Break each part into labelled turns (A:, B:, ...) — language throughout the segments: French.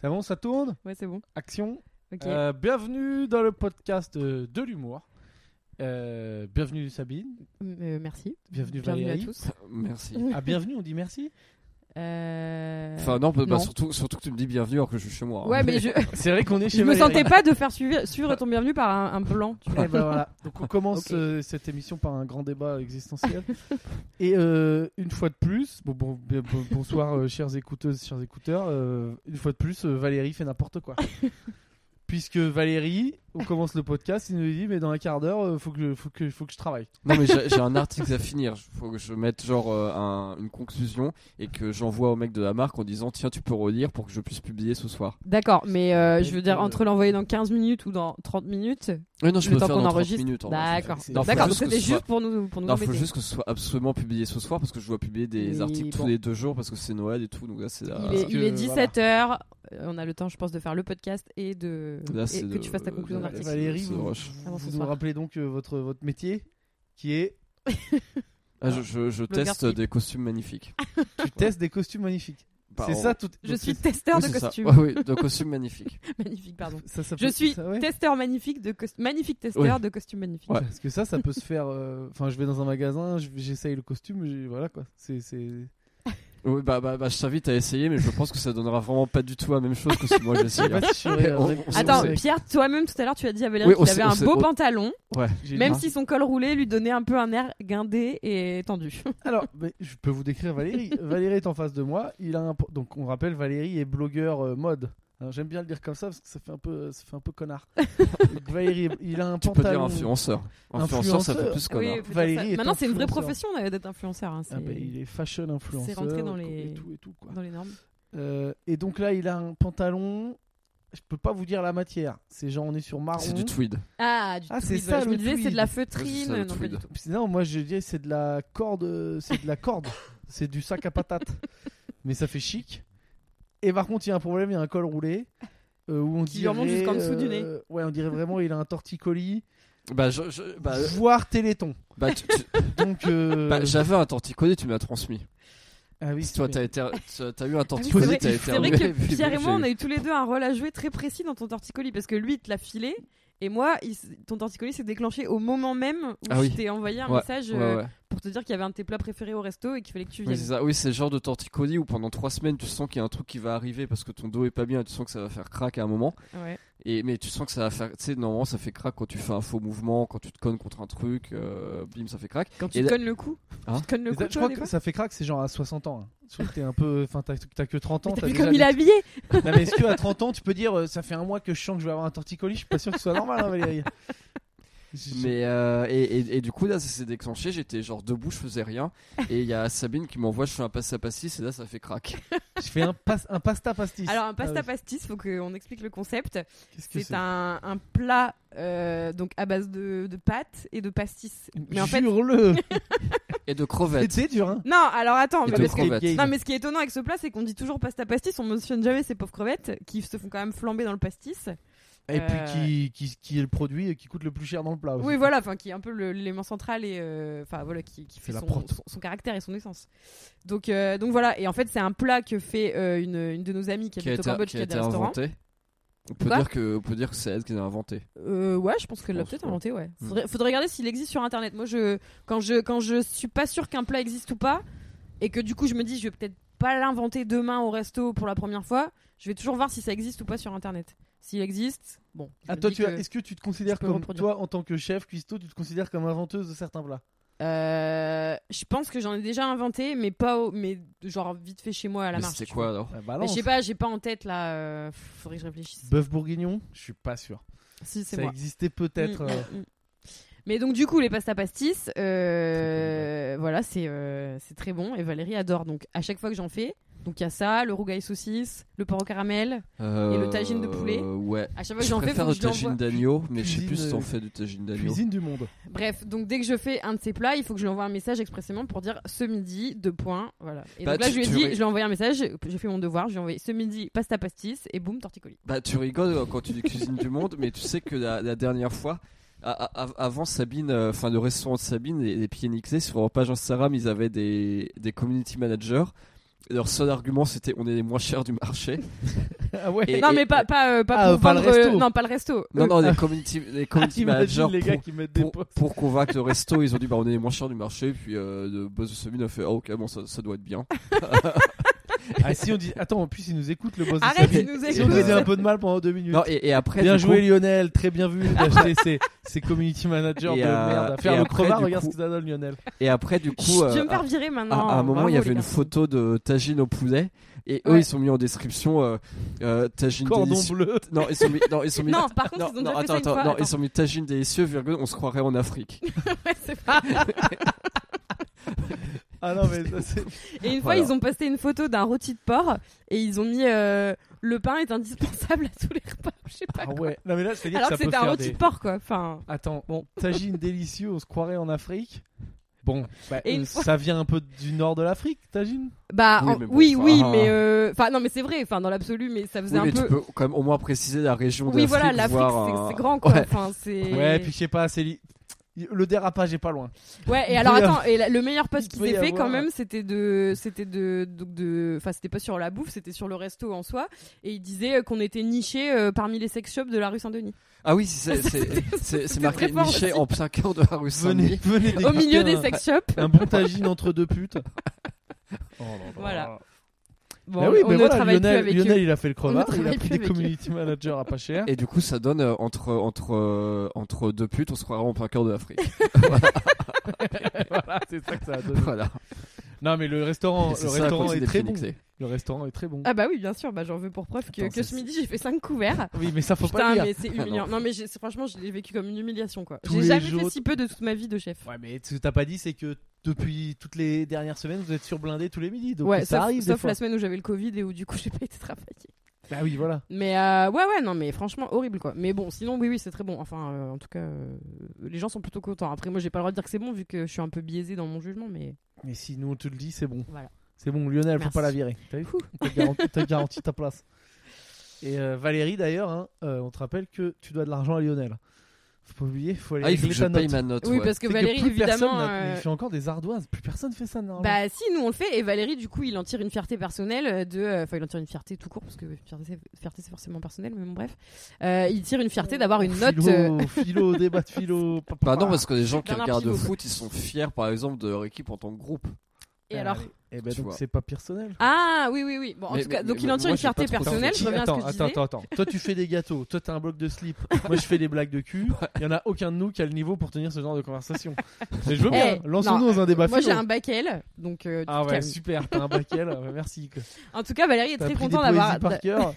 A: C'est bon, ça tourne
B: Ouais, c'est bon.
A: Action
B: Ok.
A: Euh, Bienvenue dans le podcast euh, de l'humour. Euh, bienvenue Sabine,
B: M- euh, merci.
A: bienvenue,
B: Bienvenue à
A: Valérie.
B: tous.
C: Merci.
A: Ah, bienvenue, on dit merci
B: Euh,
C: Enfin, non, bah, bah,
B: non.
C: surtout, surtout que tu me dis bienvenue alors que je suis chez moi. hein.
B: Ouais, mais je,
A: C'est vrai qu'on est chez
B: je me
A: Valérie.
B: sentais pas de faire suivre, suivre ton bienvenue par un, un plan. tu vois.
A: Eh ben voilà. Donc on commence
B: Ok.
A: euh, cette émission par un grand débat existentiel. Et euh, une fois de plus, bon, bon, bien- bon- bonsoir euh, chères écouteuses, chers écouteurs, euh, une fois de plus euh, Valérie fait n'importe quoi. Puisque Valérie, on commence le podcast, il nous dit mais dans un quart d'heure, euh, faut que, faut que, faut que je travaille.
C: Non, mais j'ai j'ai un article à finir. Il faut que je mette genre euh, un- une conclusion et que j'envoie au mec de la marque en disant tiens, tu peux relire pour que je puisse publier ce soir.
B: D'accord, mais euh, je veux dire,
A: Euh,
B: entre l'envoyer dans 15 minutes ou dans 30 minutes,
C: Mais non, je
B: Le
C: peux
B: temps
C: faire
B: qu'on
C: dans 30
B: enregistre.
C: minutes. hein. en vrai.
B: d'accord.
A: c'est-
C: Non, faut
B: D'accord, donc
C: juste que
B: c'était
C: ce soit-
B: juste pour nous, pour Bah, nous
C: Non, faut
B: embêter.
C: juste que ce soit absolument publié ce soir parce que je dois publier des
B: Oui,
C: articles
B: bon.
C: tous les deux jours parce que c'est Noël et tout. Donc là, c'est la...
B: Il est,
A: Parce
B: il est
A: que,
B: 17h, on a le temps, je pense, de faire le podcast et de
C: Là,
B: et
C: c'est
B: que
C: de-
B: tu fasses ta conclusion
C: de-
B: d'article.
A: Valérie,
C: c'est
A: vous,
C: rush.
A: vous-
B: Avant ce
A: vous nous
B: soir.
A: rappelez donc euh, votre, votre métier qui est
C: Ah, je je, je teste
B: Garfield.
C: des costumes magnifiques.
B: Ah,
A: tu testes des costumes magnifiques.
C: Bah,
A: c'est
C: en-
A: ça tout.
B: Je
A: donc
B: suis
A: c'est-
B: testeur
C: Oui,
B: de
C: c'est ça.
B: costumes.
C: Ouais, oui, de costumes magnifiques.
B: magnifique, pardon.
A: ça- ça
B: Je
A: peut-
B: suis
A: ça- ouais.
B: testeur magnifique de cost- magnifique testeur
C: Ouais.
B: de costumes magnifiques.
C: Ouais.
A: Parce que ça, ça peut se faire. euh, Enfin, je vais dans un magasin, je- j'essaye le costume, j'ai- voilà quoi. C'est, c'est...
C: Oui, bah, bah, bah, je t'invite à essayer, mais je pense que ça donnera vraiment pas du tout la même chose que ce que moi j'ai
A: Je sais
C: essayé.
A: pas si je serais, euh,
C: On- on-
A: ré-
C: on-
B: Attends,
C: c'est-
B: Pierre, toi-même tout à l'heure, tu as dit à Valérie
C: Oui, on
B: qu'il
C: sait-
B: avait
C: on
B: un
C: sait-
B: beau
C: on-
B: pantalon,
C: Ouais.
A: j'ai-
B: même
C: Ah.
B: si son col roulé lui donnait un peu un air guindé et tendu.
A: Alors, mais je peux vous décrire Valérie. Valérie est en face de moi. Il a un... po- Donc, on rappelle, Valérie est blogueur euh, mode. Alors, j'aime bien le dire comme ça parce que ça fait un peu, ça fait un peu connard. Donc, Valérie, il a un
C: Tu peux dire
A: pantalon.
C: influenceur. Influenceur, ça fait plus connard.
B: Oui, faut dire
A: Valérie
B: ça.
A: est
B: Maintenant, c'est une vraie
A: influenceur.
B: profession euh, d'être influenceur. hein,
A: Ah, bah,
B: c'est-
A: il est fashion influenceur.
B: rentré dans
A: et
B: les-
A: tout et tout quoi.
B: dans les normes.
A: Euh, et donc là, il a un pantalon. Je peux pas vous dire la matière. C'est genre, on est sur marron.
C: C'est du tweed.
B: Ah, du
A: Ah,
B: tweed,
A: c'est
B: voilà,
A: ça,
B: Je
A: le
B: me disais, c'est
A: tweed.
B: de la
C: Ouais,
B: feutrine.
C: c'est ça, le
B: non, pas du
C: tweed.
B: tout.
A: Puis Non, moi je dis c'est de la corde, euh, c'est de la corde, c'est du sac à patates. Mais ça fait chic. Et par contre, il y a un problème, il y a un col roulé euh, où on
B: Qui lui
A: dirait
B: remonte jusqu'en dessous du nez.
A: euh, Ouais, on dirait vraiment il a un torticolis,
C: Bah, je- je- bah, euh,
A: voire téléthon.
C: bah, tu- tu-
A: Donc euh,
C: bah, j'avais un torticolis, tu m'as transmis.
A: ah oui,
C: Si toi,
A: mais-
C: t'as été- t'as- t'as eu
B: Ah
C: un
B: oui,
C: torticolis,
B: c'est
C: t'as
B: vrai,
C: été
B: c'est vrai
C: arrivé,
B: que
C: puis
B: Pierre et
C: bon,
B: moi, on
C: j'ai-
B: a eu tous les deux un rôle à jouer très précis dans ton torticolis parce que lui, il te l'a filé et moi, il s- ton torticolis s'est déclenché au moment même où
C: Ah oui.
B: je t'ai envoyé un
C: Ouais,
B: message
C: Ouais,
B: euh,
C: ouais.
B: pour te dire qu'il y avait un de tes plats préférés au resto et qu'il fallait que tu
C: Oui,
B: viennes.
C: c'est ça. Oui, c'est le genre de torticolis où pendant trois semaines, tu sens qu'il y a un truc qui va arriver parce que ton dos est pas bien et tu sens que ça va faire crack à un moment.
B: Ouais.
C: Et, mais tu sens que ça va faire. Tu sais, normalement, ça fait crack quand tu fais un faux mouvement, quand tu te connes contre un truc, euh, bim, ça fait crack.
B: Quand tu
C: Et
B: te
C: la-
B: connes le cou,
C: Hein
B: tu te connes le
A: mais
B: cou,
A: ça- je
B: toi,
A: crois
B: des
A: que
B: fois.
A: ça fait crack, c'est genre à 60 ans. hein. Je trouve que t'es un peu, enfin t'as t'as que 30 ans.
B: Mais t'as
A: t'as
B: vu
A: déjà
B: comme il est
A: des-
B: habillé
A: Non, mais est-ce que à 30 ans tu peux dire euh, ça fait un mois que je sens que je vais avoir un torticolis Je suis pas sûr que ce soit normal, hein, Valérie.
C: Mais euh, et, et- et du coup là ça s'est déclenché, j'étais genre debout, je faisais rien et il y a Sabine qui m'envoie je fais un passe à pastis et là ça fait crack.
A: Je fais un, pas- un pasta pastis.
B: Alors un pasta
A: Ah oui.
B: pastis, faut qu'on explique le concept.
A: Qu'est-ce que
B: C'est un, un plat euh, donc à base de, de pâtes et de pastis. Mais en fait,
A: Jure-le
C: Et de
A: Et
C: crevettes.
A: C'est dur, hein
B: non. Alors attends,
C: Et
B: mais
C: de
B: parce que-
C: crevettes.
B: non, mais ce qui est étonnant avec ce plat, c'est qu'on dit toujours pasta pastis, on mentionne jamais ces pauvres crevettes qui se font quand même flamber dans le
A: Ah,
B: pastis.
A: Et puis
B: Euh,
A: qui, qui, qui est le produit qui coûte le plus cher dans le plat aussi.
B: Oui, voilà, enfin qui est un peu le- l'élément central et euh, enfin voilà qui, qui
A: C'est
B: fait
A: la
B: son,
A: prot.
B: son- son caractère et son essence. Donc euh, donc voilà. Et en fait, c'est un plat que fait euh, une, une de nos amies qui
C: qui a
B: habite au
C: été,
B: Cambodge,
C: qui
B: qui
C: a
B: a
C: été
B: des restaurants.
C: inventé. On peut,
B: Quoi
C: dire que, on peut dire que c'est elle qui l'a inventé.
B: Euh, ouais, je pense qu'elle
C: Je
B: l'a
C: pense,
B: peut-être
C: ouais.
B: inventé, ouais.
C: Mm.
B: Faudrait, faudrait regarder s'il existe sur internet. Moi, je, quand, je, quand je suis pas sûr qu'un plat existe ou pas, et que du coup je me dis je vais peut-être pas l'inventer demain au resto pour la première fois, je vais toujours voir si ça existe ou pas sur internet. S'il existe, bon. je
A: Ah,
B: me
A: toi,
B: dis
A: tu as-
B: que-
A: est-ce que tu te considères
B: je peux
A: comme
B: reproduire.
A: toi en tant que chef cuistot, tu te considères comme inventeuse de certains plats
B: Euh, je pense que j'en ai déjà inventé, mais pas au- mais genre vite fait chez moi à la
C: Mais
B: marche.
C: c'était
B: tu
C: quoi
B: vois.
C: alors
A: Ah,
B: Mais
A: balance.
B: je sais pas, j'ai pas en tête là. euh, faudrait que je réfléchisse.
A: Bœuf bourguignon Je suis pas sûr.
B: Si c'est
A: Ça
B: moi.
A: existait peut-être.
B: Mm,
A: euh,
B: mm, mm. Mais donc du coup les pastas pastis, euh, voilà c'est euh, c'est très bon et Valérie adore donc à chaque fois que j'en fais donc il y a ça le rougail saucisse le porc au caramel
C: Euh,
B: le tagine de poulet
C: Ouais.
B: à chaque fois que
C: Je
B: j'en fais
C: préfère
B: faut que
C: le
B: je l'envoie.
C: tagine d'agneau, mais je sais plus
A: Cuisine,
C: si t'en
A: euh,
C: fais du tagine d'agneau.
A: Cuisine du monde.
B: Bref donc dès que je fais un de ces plats il faut que je lui envoie un message expressément pour dire ce midi deux points voilà et
C: Bah,
B: donc là
C: tu-
B: je lui ai
C: tu
B: dit
C: aurais-
B: je lui ai envoyé un message j'ai fait mon devoir je lui ai envoyé ce midi pasta pastis et boum torticolis
C: Bah tu rigoles euh, quand tu dis cuisine du monde, mais tu sais que la, la dernière fois, a- a- av- avant Sabine, euh, enfin le restaurant de Sabine, les, les pieds nixés sur leur page Instagram, ils avaient des, des community managers. Leur seul argument, c'était on est les moins chers du marché.
A: Ah ouais.
C: Et-
B: non,
C: et-
B: mais pas, pas, euh, pas
A: Ah,
B: pour
A: pas le
B: vendre, euh,
A: resto.
B: non, pas le resto.
C: Non, non, les community, les community
A: Ah. Imagine
C: managers
A: les
C: pour-
A: gars qui mettent des
C: pour,
A: posts.
C: pour convaincre le resto, ils ont dit bah on est les moins chers du marché. Puis euh, le boss de Semin a fait ah ok bon ça, ça doit être bien.
A: Ah si on dit attends en plus ils nous écoutent le boss. de
B: Euh, Arrête,
A: Samy.
B: ils nous
A: Si on disait
B: écoutent.
A: un peu de mal pendant deux minutes.
C: Non et, et après
A: Bien
C: du coup-
A: joué Lionel, très bien vu d'acheter ces, ces community managers de
C: Et, euh,
A: merde. À
C: et
A: faire le
C: après,
A: crevard,
C: du
A: regarde
C: coup-
A: ce que ça donne Lionel.
C: et après du
B: Chut,
C: coup
B: je vais
C: euh,
B: me faire virer
C: à,
B: maintenant.
C: à un moment il y
B: Bravo,
C: avait
B: les
C: une
B: gars.
C: photo de tagine au poulet et eux
B: Ouais.
C: ils sont mis en description euh, euh, tagine
A: Cordon
C: délicieux.
A: bleu.
C: Non ils sont mis non ils sont mis
B: Non, par contre, ils ont
C: non,
B: déjà fait
C: attends,
B: ça une
C: attends,
B: fois.
C: non,
B: Attends.
C: ils sont mis tagine délicieux, virgule, on se croirait en Afrique.
B: Ouais, c'est pas-
A: Ah non mais ça c'est.
B: Et une fois,
C: Voilà.
B: ils ont posté une photo d'un rôti de porc et ils ont mis euh, le pain est indispensable à tous les repas. Je sais pas.
A: Ah
B: quoi.
A: ouais. Non mais là c'est dire
B: Alors
A: que
B: que
A: ça peut
B: c'était un
A: faire
B: rôti
A: des.
B: de porc, quoi. Enfin,
A: Attends, bon, tagine délicieux, on se croirait en Afrique. Bon, bah,
B: Et une
A: euh,
B: fois-
A: ça vient un peu du nord de l'Afrique, tagine.
B: bah
C: Oui,
B: en-
C: mais bon,
B: oui,
C: enfin,
B: oui,
C: ah.
B: mais euh, enfin non, mais c'est vrai. Enfin, dans l'absolu, mais ça faisait
C: Oui, mais
B: un peu.
C: tu peux quand même au moins préciser la région
B: Oui,
C: d'Afrique.
B: voilà, l'Afrique,
C: voire
B: c'est-
C: un-
B: c'est grand, quoi.
C: Ouais.
B: Enfin, c'est.
A: euh, Ouais, puis je sais pas, c'est li- le dérapage est pas loin.
B: Ouais,
A: Il
B: et alors
A: peut y
B: attends, et la- le meilleur post
A: il
B: qu'ils
A: peut y
B: aient fait
A: avoir-
B: quand même, c'était de, c'était de, donc de, enfin c'était pas sur la bouffe, c'était sur le resto en soi, et il disait euh, qu'on était niché euh, parmi les sex shops de la rue Saint-Denis,
C: Ah oui, c'est- c'est- c'est c'est
B: C'était
C: marqué
B: très fort
C: niché
B: aussi.
C: en plein cœur de la
A: Venez,
C: rue Saint-Denis.
A: venez
B: au
A: déguster
B: milieu des
A: un-
B: sex shops.
A: Un bon tagine entre deux putes. Oh là là.
B: Voilà. Bon,
A: Bah oui,
B: on
A: mais
B: ne
A: voilà,
B: travaille
A: Lionel,
B: plus avec
A: Lionel,
B: eux.
A: il a fait le
B: ne
A: crevard, il a
B: travaille
A: pris
B: plus
A: des
B: avec eux.
A: community managers à pas cher.
C: Et du coup, ça donne euh, entre entre euh, entre deux putes, on se croirait en plein cœur de l'Afrique.
A: voilà, c'est ça que ça a donné.
C: voilà.
A: Non, mais le restaurant,
B: Oh,
C: Et
A: le
C: c'est ça la
A: restaurant
C: quantité
A: est
C: des
A: très
C: prix
A: bon.
C: mixés.
A: Le restaurant est très bon.
B: Ah bah oui, bien sûr, bah j'en veux pour preuve que,
C: Attends,
B: que
C: ça,
B: ce midi j'ai fait 5 couverts.
A: Oui, mais ça faut pas le
B: Putain,
A: dire. Ah
B: mais c'est
C: non.
B: humiliant. non. mais j'ai- c'est- franchement, je l'ai vécu comme une humiliation quoi.
A: Tous
B: J'ai
A: les
B: jamais fait
A: jours-
B: si peu de toute ma vie de chef.
A: Ouais, mais ce que t'as pas dit, c'est que depuis toutes les dernières semaines, vous êtes surblindés tous les midis. Donc
B: ouais,
A: ça
B: sauf,
A: arrive des
B: sauf
A: fois.
B: la semaine où j'avais le Covid et où du coup j'ai pas été travailler.
A: Ah oui, voilà.
B: Mais euh, ouais, ouais, non, mais franchement, horrible quoi. Mais bon, sinon, oui, oui, c'est très bon. Enfin, euh, en tout cas, euh, les gens sont plutôt contents. Après, moi, j'ai pas le droit de dire que c'est bon vu que je suis un peu biaisé dans mon jugement, mais
A: Mais si nous on te le dit, c'est bon.
B: Voilà.
A: C'est bon, Lionel, faut
B: Merci.
A: pas la virer. T'as vu
B: Ouh.
A: T'as garanti, t'as garanti ta place. Et euh, Valérie, d'ailleurs, hein, euh, on te rappelle que tu dois de l'argent à Lionel. Faut pas oublier, faut aller
C: Ah, il
A: régler
C: faut que je
A: ta
C: paye
A: note.
C: ma note.
B: oui,
C: ouais.
B: parce que
A: C'est que
B: Valérie,
A: plus personne
B: évidemment.
A: n'a- mais
B: euh,
A: il fait encore des ardoises. Plus personne fait ça normalement.
B: Bah si, nous on le fait et Valérie du coup il en tire une fierté personnelle euh, de, euh, enfin il en tire une fierté tout court parce que fierté c'est, fierté, c'est forcément personnel mais bon bref, Euh, il tire une
C: Oh.
B: fierté d'avoir une note.
A: Oh, Philo,
B: euh,
A: philo, débat de philo. pa, pa,
C: Bah
A: pa.
C: non, parce que les gens qui
B: Bernard
C: regardent le
B: Pivot, quoi.
C: foot, ils sont fiers, par exemple, de leur équipe en tant que groupe.
B: Et alors
A: Eh ben
C: Tu
A: donc
C: vois.
A: c'est pas personnel.
B: Ah oui oui oui. Bon en
C: Mais-
B: tout cas
C: mais-
B: donc
C: mais
B: il en tire
C: moi,
B: une
C: j'ai
B: fierté
C: pas trop
B: personnelle.
C: compris.
B: Je reviens à ce
A: attends,
B: que je
A: attends,
B: disais.
A: attends, attends. Toi, tu fais des gâteaux. Toi, t'as un bloc de slip. Moi, je fais des blagues de cul. Il y en a aucun de nous qui a le niveau pour tenir ce genre de conversation. Mais je veux bien.
B: Eh,
A: Lançons-nous
B: non,
A: dans un débat
B: Moi j'ai
A: philo.
B: un bac L donc. euh,
A: Ah ouais,
B: calme.
A: super. T'as un bac L. Ouais, merci. quoi.
B: En tout cas Valérie est
A: T'as
B: très
A: pris des
B: contente
A: poésies
B: d'avoir.
A: par cœur.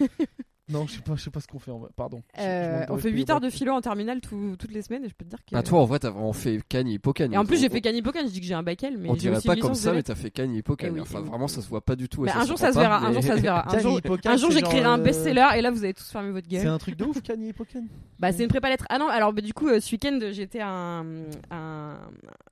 A: Non, je sais pas, je sais pas ce qu'on fait. en vrai. Pardon. Je- je
B: Euh,
A: manque de
B: on fait
A: respect
B: 8
A: au
B: heures
A: bac.
B: de philo en terminale tout- toutes les semaines et je peux te dire que.
C: Bah toi, en vrai, t'as vraiment fait cagne et hippocagne.
B: Et en plus j'ai fait
C: cagne.
B: canipocan, je dis que j'ai un bac L mais
C: On
B: j'ai
C: dirait
B: aussi
C: pas
B: une
C: comme
B: licence
C: ça,
B: de
C: mais
B: lettres.
C: t'as fait cagne et
B: Eh
C: hippocagne.
B: oui,
C: enfin,
B: eh oui.
C: vraiment, ça se voit pas du tout. et
B: Mais un jour
C: s'entend
B: ça se
C: pas,
B: verra, un
C: mais-
B: jour ça se verra. Un
A: Kanye
B: jour-
A: Hippocagne,
B: Un jour
A: c'est
B: j'écrirai
A: genre,
B: un
A: euh,
B: best-seller et là vous allez tous fermer votre gueule.
A: C'est un truc de ouf, Kanye Hippocagne.
B: Bah, c'est une prépa lettre. Ah non, alors bah, du coup, euh, ce week-end, j'étais à un- un-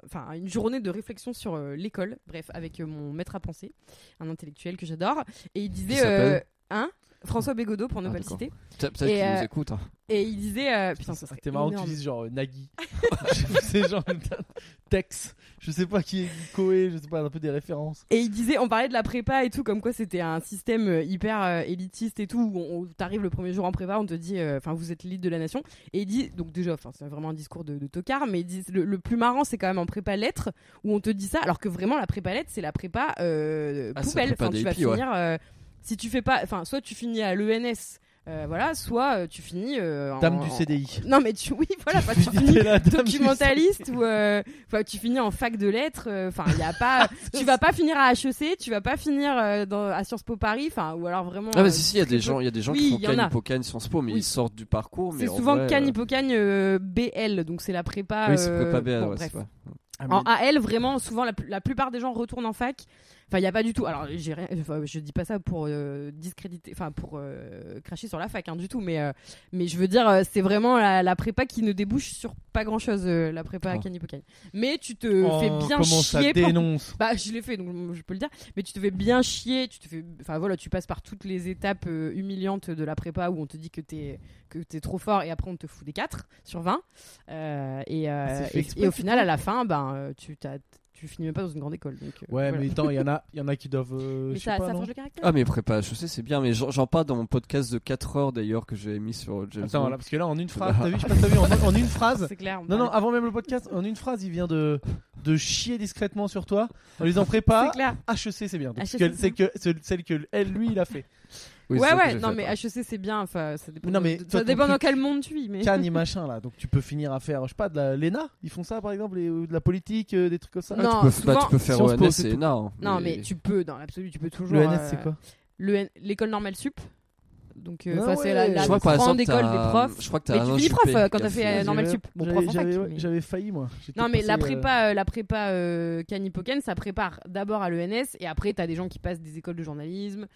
B: enfin, à une journée de réflexion sur euh, l'école, bref, avec euh, mon maître à penser, un intellectuel que j'adore, et il disait.
C: s'appelle
B: euh, hein François Bégodeau, pour ne
C: Ah,
B: pas le
C: d'accord.
B: citer.
C: Peut-être peut-être
B: Et,
C: qu'ils
B: euh,
C: nous écoutent. hein.
B: Et il disait. euh, putain, ça serait
A: C'était marrant que
B: énorme.
A: tu dises genre euh, Nagui. c'est genre Tex. Je sais pas qui est Koé, je sais pas, un peu des références.
B: Et il disait, on parlait de la prépa et tout, comme quoi c'était un système euh, hyper euh, élitiste et tout, où on- où t'arrives le premier jour en prépa, on te dit, euh, enfin, vous êtes l'élite de la nation. Et il dit, donc déjà, enfin, c'est vraiment un discours de, de tocard, mais il dit, le, le plus marrant, c'est quand même en prépa lettres, où on te dit ça, alors que vraiment, la prépa lettres, c'est la prépa euh,
C: Ah, c'est
B: poubelle.
C: la prépa
B: Enfin, tu
C: des
B: vas
C: hippies, ouais.
B: finir, euh, si tu fais pas, enfin, soit tu finis à l'ENS, euh, voilà, soit euh, tu finis. euh, en-
A: Dame du
B: en-
A: CDI.
B: Non, mais tu, oui, voilà, enfin, tu
A: T'es
B: finis
A: la dame du
B: documentaliste ou euh, enfin, tu finis en fac de lettres euh, enfin il y a pas tu vas pas finir à HEC tu vas pas finir euh, dans, à Sciences Po Paris enfin ou alors vraiment
C: Ah,
B: euh,
C: bah si, si, il y a des
B: très peu.
C: gens, il y a des gens
B: Oui,
C: qui font
B: il y en
C: cagne,
B: a.
C: hippocagne, Sciences Po, mais
B: Oui.
C: ils sortent du parcours. mais
B: c'est
C: en
B: souvent
C: vrai, euh,
B: can hippocagne euh, BL donc c'est la prépa
C: Oui, c'est
B: euh,
C: prépa BL,
B: bon,
C: ouais,
B: bref.
C: c'est pas-
A: Ah, mais-
B: en AL vraiment souvent la, pl- la plupart des gens retournent en fac enfin il y a pas du tout alors j'ai rien enfin, je dis pas ça pour euh, discréditer enfin pour euh, cracher sur la fac hein, du tout mais euh, mais je veux dire euh, c'est vraiment la, la prépa qui ne débouche sur pas grand chose la prépa
C: Ah.
B: can hippocagne mais tu te
A: Oh,
B: fais bien
A: comment ça
B: chier pour-
A: dénonce.
B: Bah, je l'ai fait, donc je peux le dire. Mais tu te fais bien chier, tu te fais, enfin voilà, tu passes par toutes les étapes euh, humiliantes de la prépa où on te dit que t'es que t'es trop fort et après on te fout des 4 sur 20 Euh, et, euh,
A: C'est fait
B: et,
A: exprès,
B: et au
A: c'est
B: final à la fin, ben euh, tu t'as tu finis même pas dans une grande école. Donc, euh,
A: Ouais,
B: voilà.
A: mais attends, il y en a, il y en a qui doivent. euh,
B: Mais
A: je sais
B: ça,
A: pas,
B: ça
A: non
B: forge le caractère.
C: Ah mais prépa HEC c'est bien mais j'en j'en parle dans mon podcast de 4 heures d'ailleurs que j'ai mis sur James
A: Attends,
C: Bond.
A: là, parce que là, en une phrase, t'as vu, je sais pas si t'as vu, en, en une phrase.
B: c'est clair. on
A: bah, Non, non,
B: parle-
A: avant même le podcast, en une phrase, il vient de, de chier discrètement sur toi en lui disant prépa.
B: c'est clair.
A: HEC, c'est bien. Donc,
B: HEC,
A: que-
B: c'est
A: C'est que celle- celle que elle, lui, il a fait.
C: Oui, c'est
B: ouais,
C: ça que
B: ouais,
C: j'ai
B: non,
C: fait,
B: mais euh,
C: pardon.
B: HEC, c'est bien. Enfin, ça dépend,
A: Mais non,
B: de-
A: mais
B: ça
A: toi, ton
B: dépend dans
A: truc-
B: quel monde tu vis. Mais...
A: Cannes et machin là. Donc tu peux finir à faire, je sais pas, de la l'ENA. Ils font ça par exemple, et- ou de la politique, euh, des trucs comme ça.
B: Non,
C: tu peux, bah,
B: souvent-
C: tu peux faire
A: Sciences Po,
C: ONS
A: c'est
C: et hein,
A: tout.
C: ENA.
B: Non, mais tu peux, dans l'absolu, tu peux toujours.
A: Le NS, c'est
B: euh,
A: quoi
B: le N- L'école normale sup. Donc, euh,
A: Ah
B: enfin, c'est la,
A: ouais.
B: la
C: je
A: Je
C: crois que par
B: grande
C: exemple,
B: école des
C: t'as-
B: profs.
C: Je crois que
B: Mais
C: t'as
B: tu
C: un
B: finis prof,
C: JP
B: euh, quand
C: qui
B: t'as
C: a
B: fait, euh, normal
A: J'avais-
B: sup. Bon,
A: j'avais-
B: prof en fac,
A: j'avais- ouais,
B: mais-
A: J'avais failli moi. J'étais
B: Non, mais la
A: passé, euh,
B: prépa, euh, la prépa euh, Canipoken, ça prépare d'abord à l'ENS et après, t'as des gens qui passent des écoles de journalisme,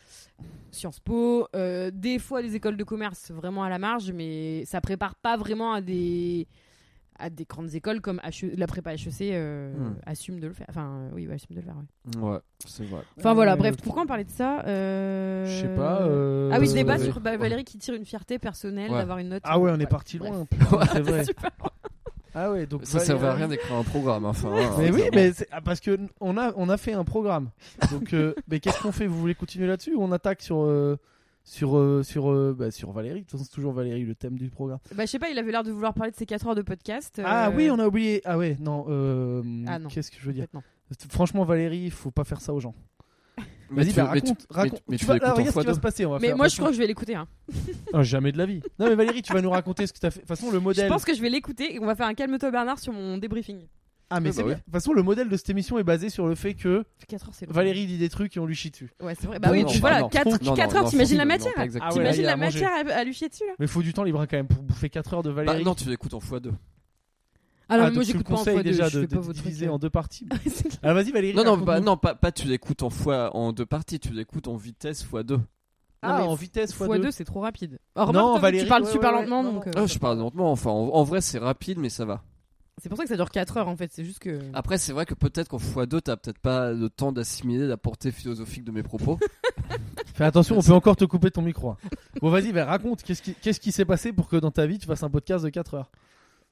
B: Sciences Po, euh, des fois des écoles de commerce vraiment à la marge, mais ça prépare pas vraiment à des à des grandes écoles comme HE la prépa HEC euh,
C: Hmm.
B: assume de le faire. Enfin, euh, oui, ouais, assume de le faire. ouais.
C: Ouais, c'est vrai.
B: Enfin voilà,
A: ouais,
B: bref,
A: ok.
B: pourquoi on parlait de ça Euh,
A: Je sais pas. euh,
B: Ah oui,
C: euh,
B: ce débat
C: ouais.
B: sur bah, Valérie qui tire une fierté personnelle
C: Ouais.
B: d'avoir une note.
A: Ah ouais, on est
B: Bref.
A: parti
B: Bref.
A: loin. putain, C'est vrai.
B: Super.
A: Ah ouais, donc
C: Ça
A: ouais,
C: servait
A: euh,
C: à rien d'écrire un programme enfin. hein,
A: Mais oui,
C: clairement.
A: mais c'est- ah, parce que n- on a on a fait un programme. Donc euh, mais qu'est-ce qu'on fait Vous voulez continuer là-dessus ou on attaque sur euh, sur euh, sur euh, bah, sur Valérie De toute façon, c'est toujours Valérie le thème du programme.
B: Bah, je sais pas, il avait l'air de vouloir parler de ses 4 heures de podcast.
A: Ah
B: euh,
A: oui, on a oublié. Ah ouais, non. euh,
B: Ah non.
A: Qu'est-ce que je veux dire
B: complètement.
A: Franchement, Valérie, faut pas faire ça aux gens.
C: Mais
A: Vas-y,
C: tu-
A: bah,
C: mais tu-
A: raconte,
C: mais-
A: raconte.
C: mais
A: tu
C: tu
A: vas,
C: l'écoutes
A: là,
C: en
A: regarde ce
C: fois
A: qui va
C: deux.
A: se passer. On va
B: Mais
A: faire-
B: moi, je crois que je vais l'écouter. hein.
A: Ah, jamais de la vie. Non, mais Valérie, tu vas nous raconter ce que t'as fait. De toute façon, le
B: Je
A: modèle.
B: pense que je vais l'écouter et on va faire un calme-toi Bernard sur mon débriefing.
A: Ah, mais
C: Ah,
A: c'est
C: bah
A: bien.
C: oui.
A: De toute façon, le modèle de cette émission est basé sur le fait que
B: 4 heures, c'est long.
A: Valérie dit des trucs et on lui chie dessus.
B: Ouais, c'est vrai. Bah
A: Non,
B: oui,
A: non,
B: tu
A: bah
B: voilà,
C: non,
B: 4,
C: non,
B: heures,
C: non, non,
B: t'imagines la
C: non,
B: matière
C: pas exactement.
A: Ah ouais, là,
B: T'imagines
A: il y a
B: la
A: à manger.
B: matière à, à lui chier dessus là
A: Mais faut du temps libre hein, quand même pour bouffer 4 heures de
C: Bah,
A: Valérie.
C: non, tu l'écoutes en fois deux.
B: Alors,
A: Ah, donc
B: moi,
A: tu me
B: j'écoute pas en
A: conseilles
B: fois deux,
A: déjà
B: je
A: de,
B: fais pas
A: de
B: vos trucs.
A: diviser en deux parties.
B: C'est clair.
A: Ah, vas-y, Valérie.
C: Non, non, bah,
A: raconte-nous.
C: non pas, pas tu l'écoutes en fois en deux parties, tu l'écoutes en vitesse fois deux.
B: Non, mais
A: Ah, en vitesse
B: fois
A: fois 2.
B: deux, c'est trop rapide. Alors, remarque, toi, vu que
A: Valérie,
B: tu parles
A: ouais,
B: super
A: ouais, ouais,
B: lentement,
A: non,
B: donc
A: non.
B: euh,
C: Ah, je parle lentement, enfin en, en vrai c'est rapide mais ça va.
B: c'est pour ça que ça dure 4 heures en fait. C'est juste que.
C: Après c'est vrai que peut-être qu'en fois deux t'as peut-être pas le temps d'assimiler la portée philosophique de mes propos.
A: Fais attention, on peut encore te couper ton micro. hein. Bon, vas-y, bah, raconte. Qu'est-ce qui qu'est-ce qui s'est passé pour que dans ta vie tu fasses un podcast de 4 heures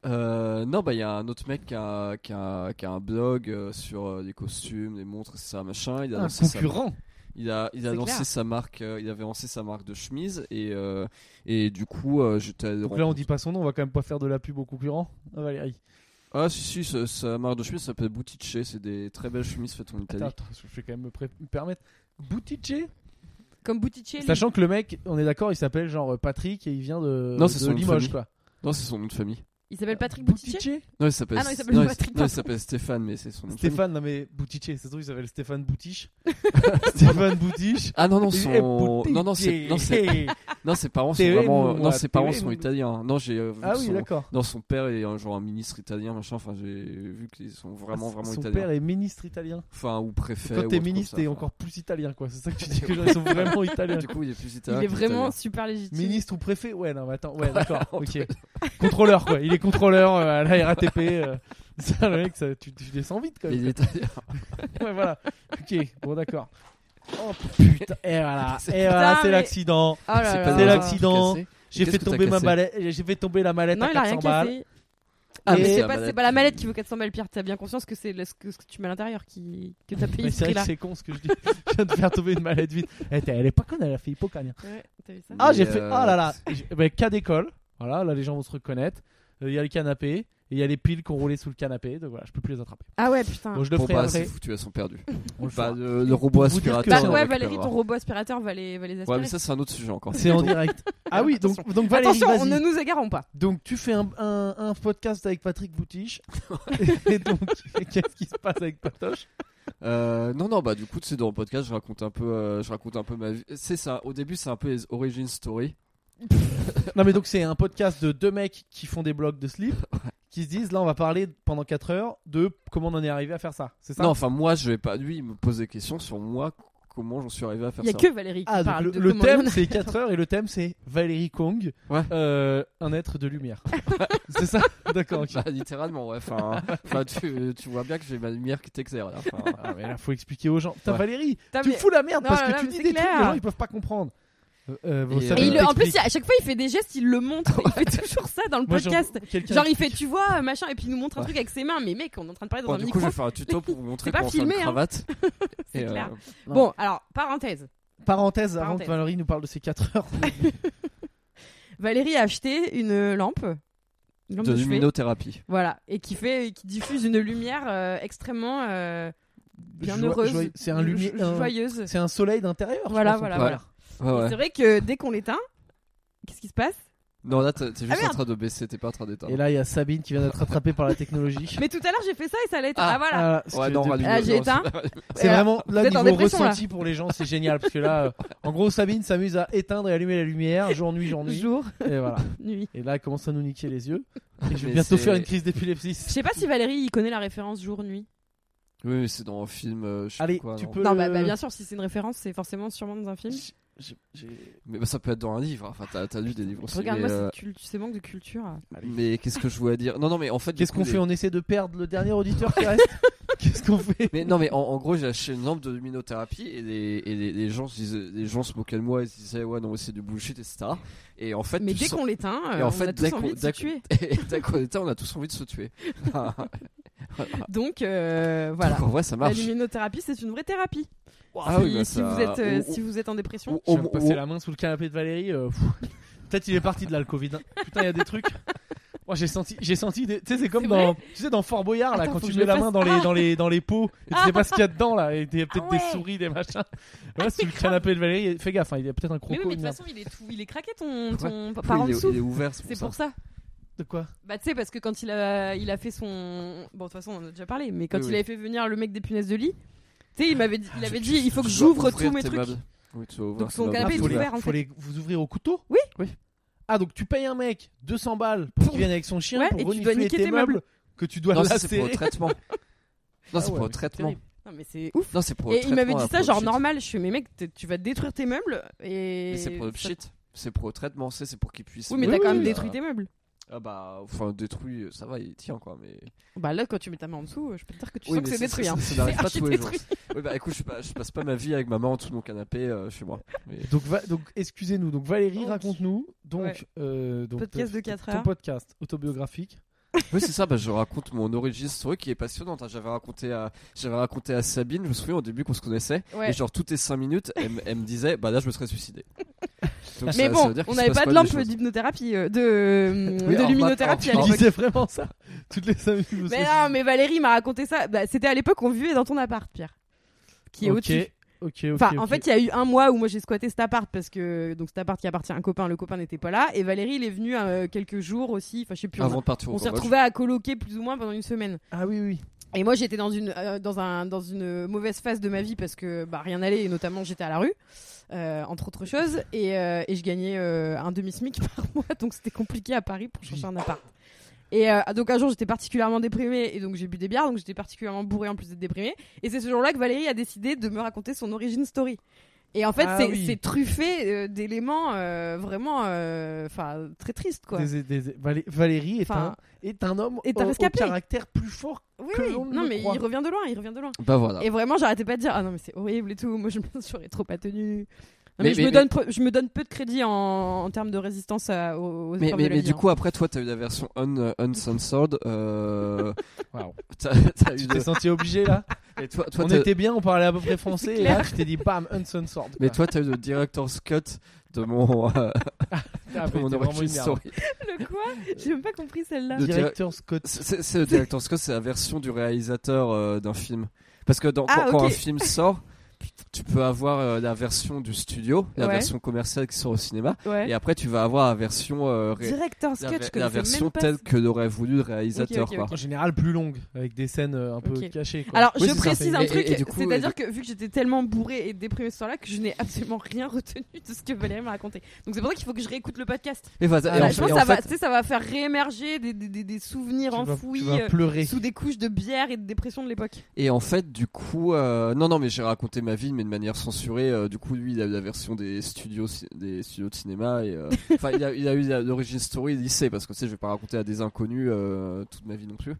C: Euh, non, bah il y a un autre mec qui a, qui a, qui a un blog euh, sur euh, les costumes, les montres, Ah, ça, machin. Il a
A: Un
C: lancé sa-
A: concurrent.
C: il a, il a
B: C'est
C: lancé
B: clair.
C: sa marque, euh, il avait lancé sa marque de chemise et, euh, et du coup euh, j'étais. allé
A: Donc
C: rencontrer-
A: là, on dit pas son nom, on va quand même pas faire de la pub au concurrent. Ah, Valérie.
C: Ah si si, sa, sa marque de chemise s'appelle Boutiche, c'est des très belles chemises faites en Italie.
A: Attends, attends, je vais quand même me, pré- me permettre. Boutiche
B: Comme Boutichelli.
A: Sachant que le mec, on est d'accord, il s'appelle genre Patrick et il vient de,
C: Non, c'est
A: de
C: son nom de
A: Limoges
C: famille.
A: quoi.
C: Non, c'est son nom de famille.
B: Il s'appelle Patrick Boutichelli.
A: Boutiche
C: Non, il s'appelle.
B: Ah non, il s'appelle
C: non,
B: Patrick,
C: non,
B: pardon.
C: il s'appelle Stéphane, mais c'est son nom. de famille.
A: Stéphane, non mais Boutiche, c'est tout, il s'appelle Stéphane Boutiche. Stéphane Boutiche.
C: Ah non non
A: Et
C: son
A: eh,
C: non non c'est non c'est
A: Boutiche. E
C: non ses parents sont
A: T'es
C: vraiment
A: une,
C: non
A: moi,
C: ses
A: t'es
C: parents
A: une.
C: sont italiens non j'ai euh, vu
A: E Ah oui,
C: son-
A: d'accord.
C: Non, son père est un, genre un ministre italien, machin. Enfin, j'ai vu qu'ils sont vraiment,
A: Ah,
C: vraiment
A: Son
C: italiens.
A: père est ministre italien.
C: Enfin, ou préfet.
A: Quand
C: ou
A: t'es
C: autre
A: ministre,
C: comme ça,
A: t'es
C: enfin.
A: encore plus italien quoi. C'est ça que tu dis que les gens sont vraiment italiens.
C: Du coup, il est plus italien.
B: Il est
C: que
B: vraiment
C: italien.
B: super légitime.
A: Ministre ou préfet Ouais, non, mais attends, ouais, d'accord, ok. Contrôleur, quoi. Il est contrôleur euh, à la RATP. euh. Ça, le mec, ça, tu, tu descends vite, quand
C: Mais
A: même.
C: il est italien.
A: Ouais, voilà. Ok, bon, d'accord. Oh putain, et voilà, et voilà,
B: Putain,
A: c'est
B: mais-
A: l'accident.
B: Oh là
C: C'est
B: là
C: pas
B: là
A: C'est
B: là.
A: l'accident.
C: Cassé.
A: J'ai
C: qu'est-ce
A: fait
C: que t'as
A: tomber ma
C: cassé
A: mallette, j'ai fait tomber la mallette
B: Non,
A: à
B: il a
A: 400
B: rien
A: balles.
B: cassé.
C: Ah,
A: Et-
C: mais
B: C'est
C: la
B: pas,
C: balade.
B: c'est pas la mallette qui vaut 400 balles, Pierre. T'as bien conscience que c'est la- ce que, ce que tu mets à l'intérieur qui, que t'as payé
A: Mais
B: ce
A: c'est vrai que
B: prix-là.
A: c'est con ce que je dis. je viens de faire tomber une mallette vide. Elle, était- elle est pas conne, elle a fait hypocagne.
B: Ouais, t'as vu ça
A: Ah,
C: Mais,
A: j'ai fait.
C: euh,
A: Oh là là. J'ai- ben, cas d'école. Voilà, là les gens vont se reconnaître. Euh, Il y a le canapé. Et il y a les piles qu'on roulait sous le canapé. Donc voilà, je peux plus les attraper.
B: Ah ouais, putain.
A: Bon, je le
C: Bon,
A: ferai
C: bah, c'est
A: après.
C: foutu, elles sont perdues.
A: On le
C: Bah,
A: fera.
C: le, le robot
A: Vous dire
C: aspirateur.
A: que-
B: Bah,
A: ça, on
C: on
B: ouais,
C: récupérera.
B: Valérie, ton robot aspirateur va les, va les
C: Ouais,
B: aspirer.
C: mais ça, c'est un autre sujet encore.
A: C'est en direct. Ah oui, donc, donc Valérie,
B: Attention, on
A: vas-y.
B: ne nous égarons pas.
A: Donc tu fais un, un- un podcast avec Patrick Boutiche. et donc, qu'est-ce qui se passe avec Patoche
C: Euh, non, non, bah du coup, tu sais, dans le podcast, je raconte un peu, euh, je raconte un peu ma vie. C'est ça. Au début, c'est un peu les origin story.
A: Non mais donc c'est un podcast de deux mecs qui font des blogs de slip. Qui se disent là on va parler pendant 4 heures de comment on en est arrivé à faire ça, c'est ça
C: Non, enfin, moi, je vais pas. Lui, il me pose des questions sur moi, comment j'en suis arrivé à faire
B: Il y a
C: ça.
B: que Valérie qui
A: Ah, donc
B: parle
A: le,
B: de
A: le
B: comment
A: thème
B: on a-
A: c'est 4 heures et le thème c'est Valérie Kong,
C: Ouais.
A: euh, un être de lumière. c'est ça D'accord. ok.
C: Bah, littéralement, ouais. Enfin, enfin, tu, tu vois bien que j'ai ma lumière qui t'exerce. là. Enfin,
A: Ah, mais là faut expliquer aux gens. Putain
C: Ouais.
A: Valérie,
B: Putain,
A: tu
B: mais-
A: fous la merde
B: Non,
A: parce
B: là,
A: que
B: là,
A: tu
B: mais
A: dis
B: c'est
A: des
B: clair.
A: trucs les gens ils peuvent pas comprendre. Euh, vos
C: Et,
A: sabots
B: Et il le- en plus,
A: techniques.
B: à chaque fois, il fait des gestes, il le montre. Il fait toujours ça dans le
A: Moi, j'en-
B: podcast.
A: quelqu'un-
B: Genre, il fait, tu vois, machin, et puis il nous montre un
C: Ouais.
B: truc avec ses mains. Mais mec, on est en train de parler dans
C: Bon,
B: un
C: du
B: micro.
C: coup, je vais faire un tuto pour vous montrer
B: pas
C: comment faire une
B: filmé, hein.
C: cravate. Et, euh,
B: clair.
A: Non.
B: Bon, alors, parenthèse.
A: Parenthèse, avant
B: Parenthèse.
A: que Valérie nous parle de ses 4 heures.
B: Valérie a acheté une lampe. Une lampe
C: de
B: de, chevet.
C: luminothérapie.
B: Voilà. Et qui fait, qui diffuse une lumière euh, extrêmement euh, bien
A: Joie-
B: heureuse.
A: joye- C'est un,
B: jo-
A: lumi- un-
B: Joyeuse.
A: c'est un soleil d'intérieur. je
B: Voilà,
A: pense, on
B: voilà,
A: peut
B: voilà.
A: dire.
C: Ouais,
B: Et
C: ouais.
B: C'est vrai que dès qu'on l'éteint, qu'est-ce qui se passe
C: Non, là, t'es t'es juste en
B: merde.
C: train de baisser, t'es pas en train d'éteindre.
A: Et là, il y a Sabine qui vient d'être attrapée par la technologie.
B: Mais tout à l'heure, j'ai fait ça et ça l'a éteint.
C: Ah.
B: Ah, voilà.
A: Ah, ce
C: ouais,
A: que-
C: non,
A: de-
C: rallume
B: Ah,
C: le-
B: j'ai éteint.
A: C'est
B: Voilà.
A: vraiment là
B: Vous êtes en
A: niveau
B: dépression,
A: ressenti pour les gens, c'est génial parce que là, euh, en gros, Sabine s'amuse à éteindre et allumer la lumière jour nuit
C: ah,
A: jour nuit
B: Jour,
A: et voilà.
B: nuit.
A: Et là, elle commence à nous niquer les yeux. Et je vais
C: Mais
A: bientôt
C: c'est-
A: faire une crise
B: Je
A: d'épilepsie.
B: sais pas si Valérie il connaît la référence jour-nuit.
C: Oui, mais c'est dans un film. euh, je sais
A: Allez,
C: plus quoi,
A: tu
C: non.
A: peux.
B: Non, bah, bah, bien sûr, si c'est une référence, c'est forcément sûrement dans un film.
A: J'ai- j'ai- j'ai-
C: Mais bah, ça peut être dans un livre. Enfin, t'as t'as lu des livres aussi.
B: Regarde-moi
C: mais, euh, Bah,
B: cette cul- ce manque de culture.
C: mais qu'est-ce que je voulais dire Non, non, mais en fait. du
A: Qu'est-ce
C: coup,
A: qu'on
C: les-
A: fait On essaie de perdre le dernier auditeur qui reste Qu'est-ce qu'on fait
C: Mais non, mais en, en gros, j'ai acheté une lampe de luminothérapie et les, et les, les gens se disaient, les gens se moquaient de moi et se disaient ouais non mais c'est du bullshit etc. Et en fait,
B: Mais
C: tu
B: dès
C: sens-
B: qu'on l'éteint,
C: Et
B: euh,
C: en
B: on
C: fait,
B: a
C: dès
B: tous
C: qu'on-
B: envie de se
C: dès qu'on-
B: tuer.
C: et dès qu'on était, on a tous envie de se tuer. Donc
B: Donc euh, voilà.
C: en vrai, ça
B: La
C: marche.
B: luminothérapie, c'est une vraie thérapie.
C: Ah
B: si,
C: oui, bah,
B: si
C: ça- Oh,
B: vous êtes, euh,
C: on-
B: si vous êtes en dépression,
C: on-
A: Je
C: on-
A: vais
C: on-
A: passer la main sous le canapé de Valérie. euh, pfff. Peut-être il est parti de là le Covid. hein. Putain, il y a des trucs. Moi j'ai senti, j'ai senti. des- Tu sais, c'est comme
B: C'est
A: dans, tu sais, dans Fort Boyard là,
B: Attends,
A: quand tu
B: faut que je
A: mets
B: le
A: la main
B: fasse.
A: dans les,
B: Ah
A: dans les, dans les pots, et tu sais pas ce qu'il y a dedans là. Et il y a peut-être
B: Ah ouais. Ah,
A: des souris, des machins. Voilà, sous le canapé de Valérie. Fais gaffe, hein, il y a peut-être un croco.
B: mais oui, mais de
A: une
B: toute
A: merde.
B: façon, il est tout, il est craqué ton, ton
C: oh, Oui,
B: par en
C: il, est-
B: dessous.
C: il est ouvert, c'est
B: C'est
C: pour
B: pour ça.
A: De quoi
B: Bah tu sais parce que quand il a, il a fait son, bon de toute façon on en a déjà parlé, mais quand
C: Oui,
B: il
C: oui. Ah,
B: avait fait venir le mec des punaises de lit, tu sais il m'avait, dit- il
C: Tu-
B: avait
C: tu-
B: dit il faut
C: tu
B: que
C: dois
B: j'ouvre
C: ouvrir
B: tous mes
C: tes
B: trucs.
C: meubles. Oui, tu dois ouvrir
B: Donc
C: tes
B: son
C: meubles.
A: Ah,
B: canapé est
A: faut les-
B: ouvert, en
A: faut les- vous ouvrez au couteau
B: Oui.
C: Oui.
A: Ah donc tu payes un mec 200 balles pour qu'il vienne avec son chien
B: Ouais, et
A: pour
B: tu dois
A: renifler
B: niquer
A: tes
B: tes
A: meubles que tu dois
C: Non, ça, c'est
A: lacérer.
C: pour le traitement. Non,
A: Ah
C: c'est
A: ouais,
C: pour
A: mais
C: le traitement.
A: terrible.
B: Non mais c'est ouf.
C: Non, c'est pour le
B: Et il
C: traitement.
B: m'avait dit
C: là,
B: ça
C: pour le
B: genre
C: shit.
B: normal, je suis mais mec t'es- tu vas détruire tes meubles et.
C: Mais c'est pour le
B: ça-
C: shit. C'est pour le traitement, c'est c'est pour qu'il puisse.
B: Oui mais
A: Oui,
B: t'as quand
A: oui,
B: même
A: oui.
B: détruit tes meubles.
C: Ah bah, enfin, détruit, ça va, il tient quoi, mais.
B: Bah là quand tu mets ta main en dessous, je peux te dire que tu
C: Oui,
B: sens que
C: mais
B: c'est détruit.
C: ça-
B: hein.
C: ça- Ça n'arrive pas
B: archi
C: tous les jours.
B: détruit.
C: Oui, bah écoute, je, pa- je passe pas ma vie avec ma main en dessous de mon canapé euh, chez moi. Mais-
A: Donc, va- donc excusez-nous. Donc Valérie,
B: Donc,
A: raconte-nous. Donc,
B: ouais.
A: euh, donc
B: Podcast de
A: ton-
B: quatre
A: Ton
B: heures.
A: podcast autobiographique.
C: Oui, c'est ça, bah, je raconte mon origin story qui est passionnante. hein. J'avais raconté, à... j'avais raconté à Sabine, je me souviens au début qu'on se connaissait,
B: Ouais.
C: et genre toutes les 5 minutes, elle, me- elle me disait, bah là je me serais suicidé. Donc,
B: Mais
C: Ah, ça- ça
B: bon,
C: veut dire
B: on
C: qu'il se
B: n'avait
C: passe
B: pas de
C: des
B: lampe
C: choses.
B: d'hypnothérapie, euh, de,
C: Oui,
B: de
C: alors,
B: luminothérapie à
C: maintenant,
A: Tu
C: on
B: l'époque.
A: disais vraiment ça toutes les 5 minutes. vous savez-
B: Mais non, mais Valérie m'a raconté ça. Bah, C'était à l'époque où on vivait dans ton appart, Pierre. Qui est
A: Ok,
B: au-dessus.
A: Ok, ok.
B: Enfin, en
A: ok.
B: fait, il y a eu un mois où moi j'ai squatté cet appart parce que donc cet appart qui appartient à un copain, le copain n'était pas là et Valérie il est venu euh, quelques jours aussi. Enfin, je sais plus. on-
C: Avant de partir au
B: on s'est
C: Cambodge.
B: retrouvés à coloquer plus ou moins pendant une semaine.
A: Ah oui, oui.
B: Et moi j'étais dans une euh, dans un dans une mauvaise phase de ma vie parce que bah rien n'allait et notamment j'étais à la rue euh, entre autres choses et, euh, et je gagnais euh, un demi smic par mois donc c'était compliqué à Paris pour chercher un appart. Et euh, donc un jour j'étais particulièrement déprimée et donc j'ai bu des bières donc j'étais particulièrement bourrée en plus d'être déprimée et c'est ce jour-là que Valérie a décidé de me raconter son origin story. Et en fait
A: Ah
B: c'est
A: oui.
B: c'est truffé euh, d'éléments euh, vraiment euh, enfin très tristes quoi.
A: Des- des- des- Valé- Valérie est un,
B: Enfin,
A: est un homme
B: est
A: au-
B: un
A: au,
B: rescapé.
A: caractère plus fort.
B: oui,
A: que
B: oui.
A: l'on ne
B: non
A: le
B: mais
A: croit.
B: il revient de loin, il revient de loin.
C: Bah voilà.
B: Et vraiment, j'arrêtais pas de dire ah non mais c'est horrible et tout. Moi, je me j'aurais trop pas tenu. Non,
C: Mais-
B: mais, je,
C: mais-
B: me donne, pre- je me donne peu de crédit en, en termes de résistance à- aux, aux
C: Mais,
B: épreuves
C: mais,
B: de la
C: mais
B: vie,
C: du
B: hein.
C: coup, après, toi, t'as eu la version un, uncensored. Euh...
A: Waouh.
C: t'as,
B: Ah,
C: t'as eu
A: Tu
C: de-
A: t'es senti obligé là
C: Et toi, toi,
A: On
C: t'as-
A: était bien, on parlait à peu près français et là tu t'es dit bam, uncensored.
C: Mais
A: quoi.
C: toi, t'as eu le director's cut de mon, euh,
A: Ah,
C: de
A: mais
C: mon
A: t'es vraiment
C: origin
A: une merde. hein.
C: story.
B: Le quoi J'ai même pas compris celle-là.
C: De-
A: Directeur Scott.
C: C'est- C'est c'est le director's cut, c'est la version du réalisateur euh, d'un film. Parce que dans-
B: Ah,
C: quand,
B: ok.
C: quand un film sort, tu peux avoir euh, la version du studio, la
B: Ouais.
C: version commerciale qui sort au cinéma,
B: Ouais.
C: et après, tu vas avoir la version euh, ré-
B: Directeur
C: la,
B: sketch,
C: ver-
B: je connaissais
C: la version
B: même pas.
C: telle
B: ce-
C: que l'aurait voulu le réalisateur.
B: Ok, ok,
C: quoi.
B: ok.
A: En général, plus longue, avec des scènes euh, un peu
B: Ok.
A: cachées. quoi.
B: Alors,
C: Oui,
B: je
C: c'est ça.
B: précise
C: Et-
B: un
C: et-
B: truc,
C: et du coup,
B: c'est-à-dire
C: et-
B: que vu que j'étais tellement bourrée et déprimée ce soir-là que je n'ai absolument rien retenu de ce que Valérie m'a raconté. Donc c'est pour ça qu'il faut que je réécoute le podcast.
C: Et voilà, et
A: Voilà,
C: en
B: Ah, je
C: fait-
B: pense
C: et
B: que
C: en
B: ça, va,
C: fait-
B: tu sais, ça va faire réémerger des, des- des- des souvenirs
A: tu vas,
B: enfouis
A: tu vas
B: euh,
A: pleurer.
B: sous des couches de bière et de dépression de l'époque.
C: Et en fait, du coup, euh, non, non, mais j'ai raconté ma vie, mais de manière censurée. euh, du coup, lui, il a eu la version des studios, ci- des studios de cinéma. et, euh, Enfin, il, a, il a eu la- l'origin story lycée, parce que tu sais, je vais pas raconter à des inconnus euh, toute ma vie non plus.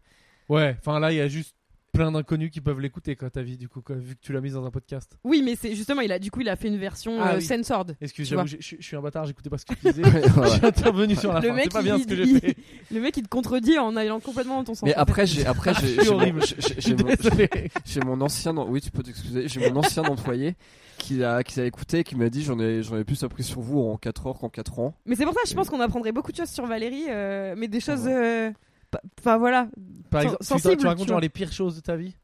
A: Ouais, enfin là, il y a juste plein d'inconnus qui peuvent l'écouter, quoi, ta vie, du coup, quoi, vu que tu l'as mise dans un podcast.
B: Oui, mais c'est justement, il a, du coup, il a fait une version
A: Ah
B: euh,
A: oui.
B: censored.
A: Excuse,
B: Tu vois.
A: j'avoue, j'ai- je je suis un bâtard, j'écoutais pas ce que tu disais.
C: Ouais,
A: Je
C: voilà.
A: suis intervenu sur la
B: Le
A: fin.
B: mec,
A: Ah, C'est pas
B: il-
A: bien ce que j'ai
B: il-
A: fait.
B: Le mec, il te contredit en allant complètement dans ton sens.
C: Mais
B: en fait.
C: après, j'ai après
B: Ah,
C: j'ai
A: C'est
C: j'ai mon-
A: horrible.
C: j'ai- j'ai-
A: Je suis
C: j'ai mon-
A: désolé.
C: j'ai mon ancien em- oui tu peux t'excuser j'ai mon ancien employé qui a qui a écouté et qui m'a dit j'en ai j'en ai plus appris sur vous en 4 heures qu'en 4 ans
B: Mais c'est pour ça, je pense qu'on apprendrait beaucoup de choses sur Valérie, euh, mais
A: Ah
B: des choses. euh, pa- Enfin voilà.
A: Par
B: Sen-
A: exemple, tu-
B: sensible,
A: tu racontes
B: tu
A: genre
B: vois.
A: les pires choses de ta vie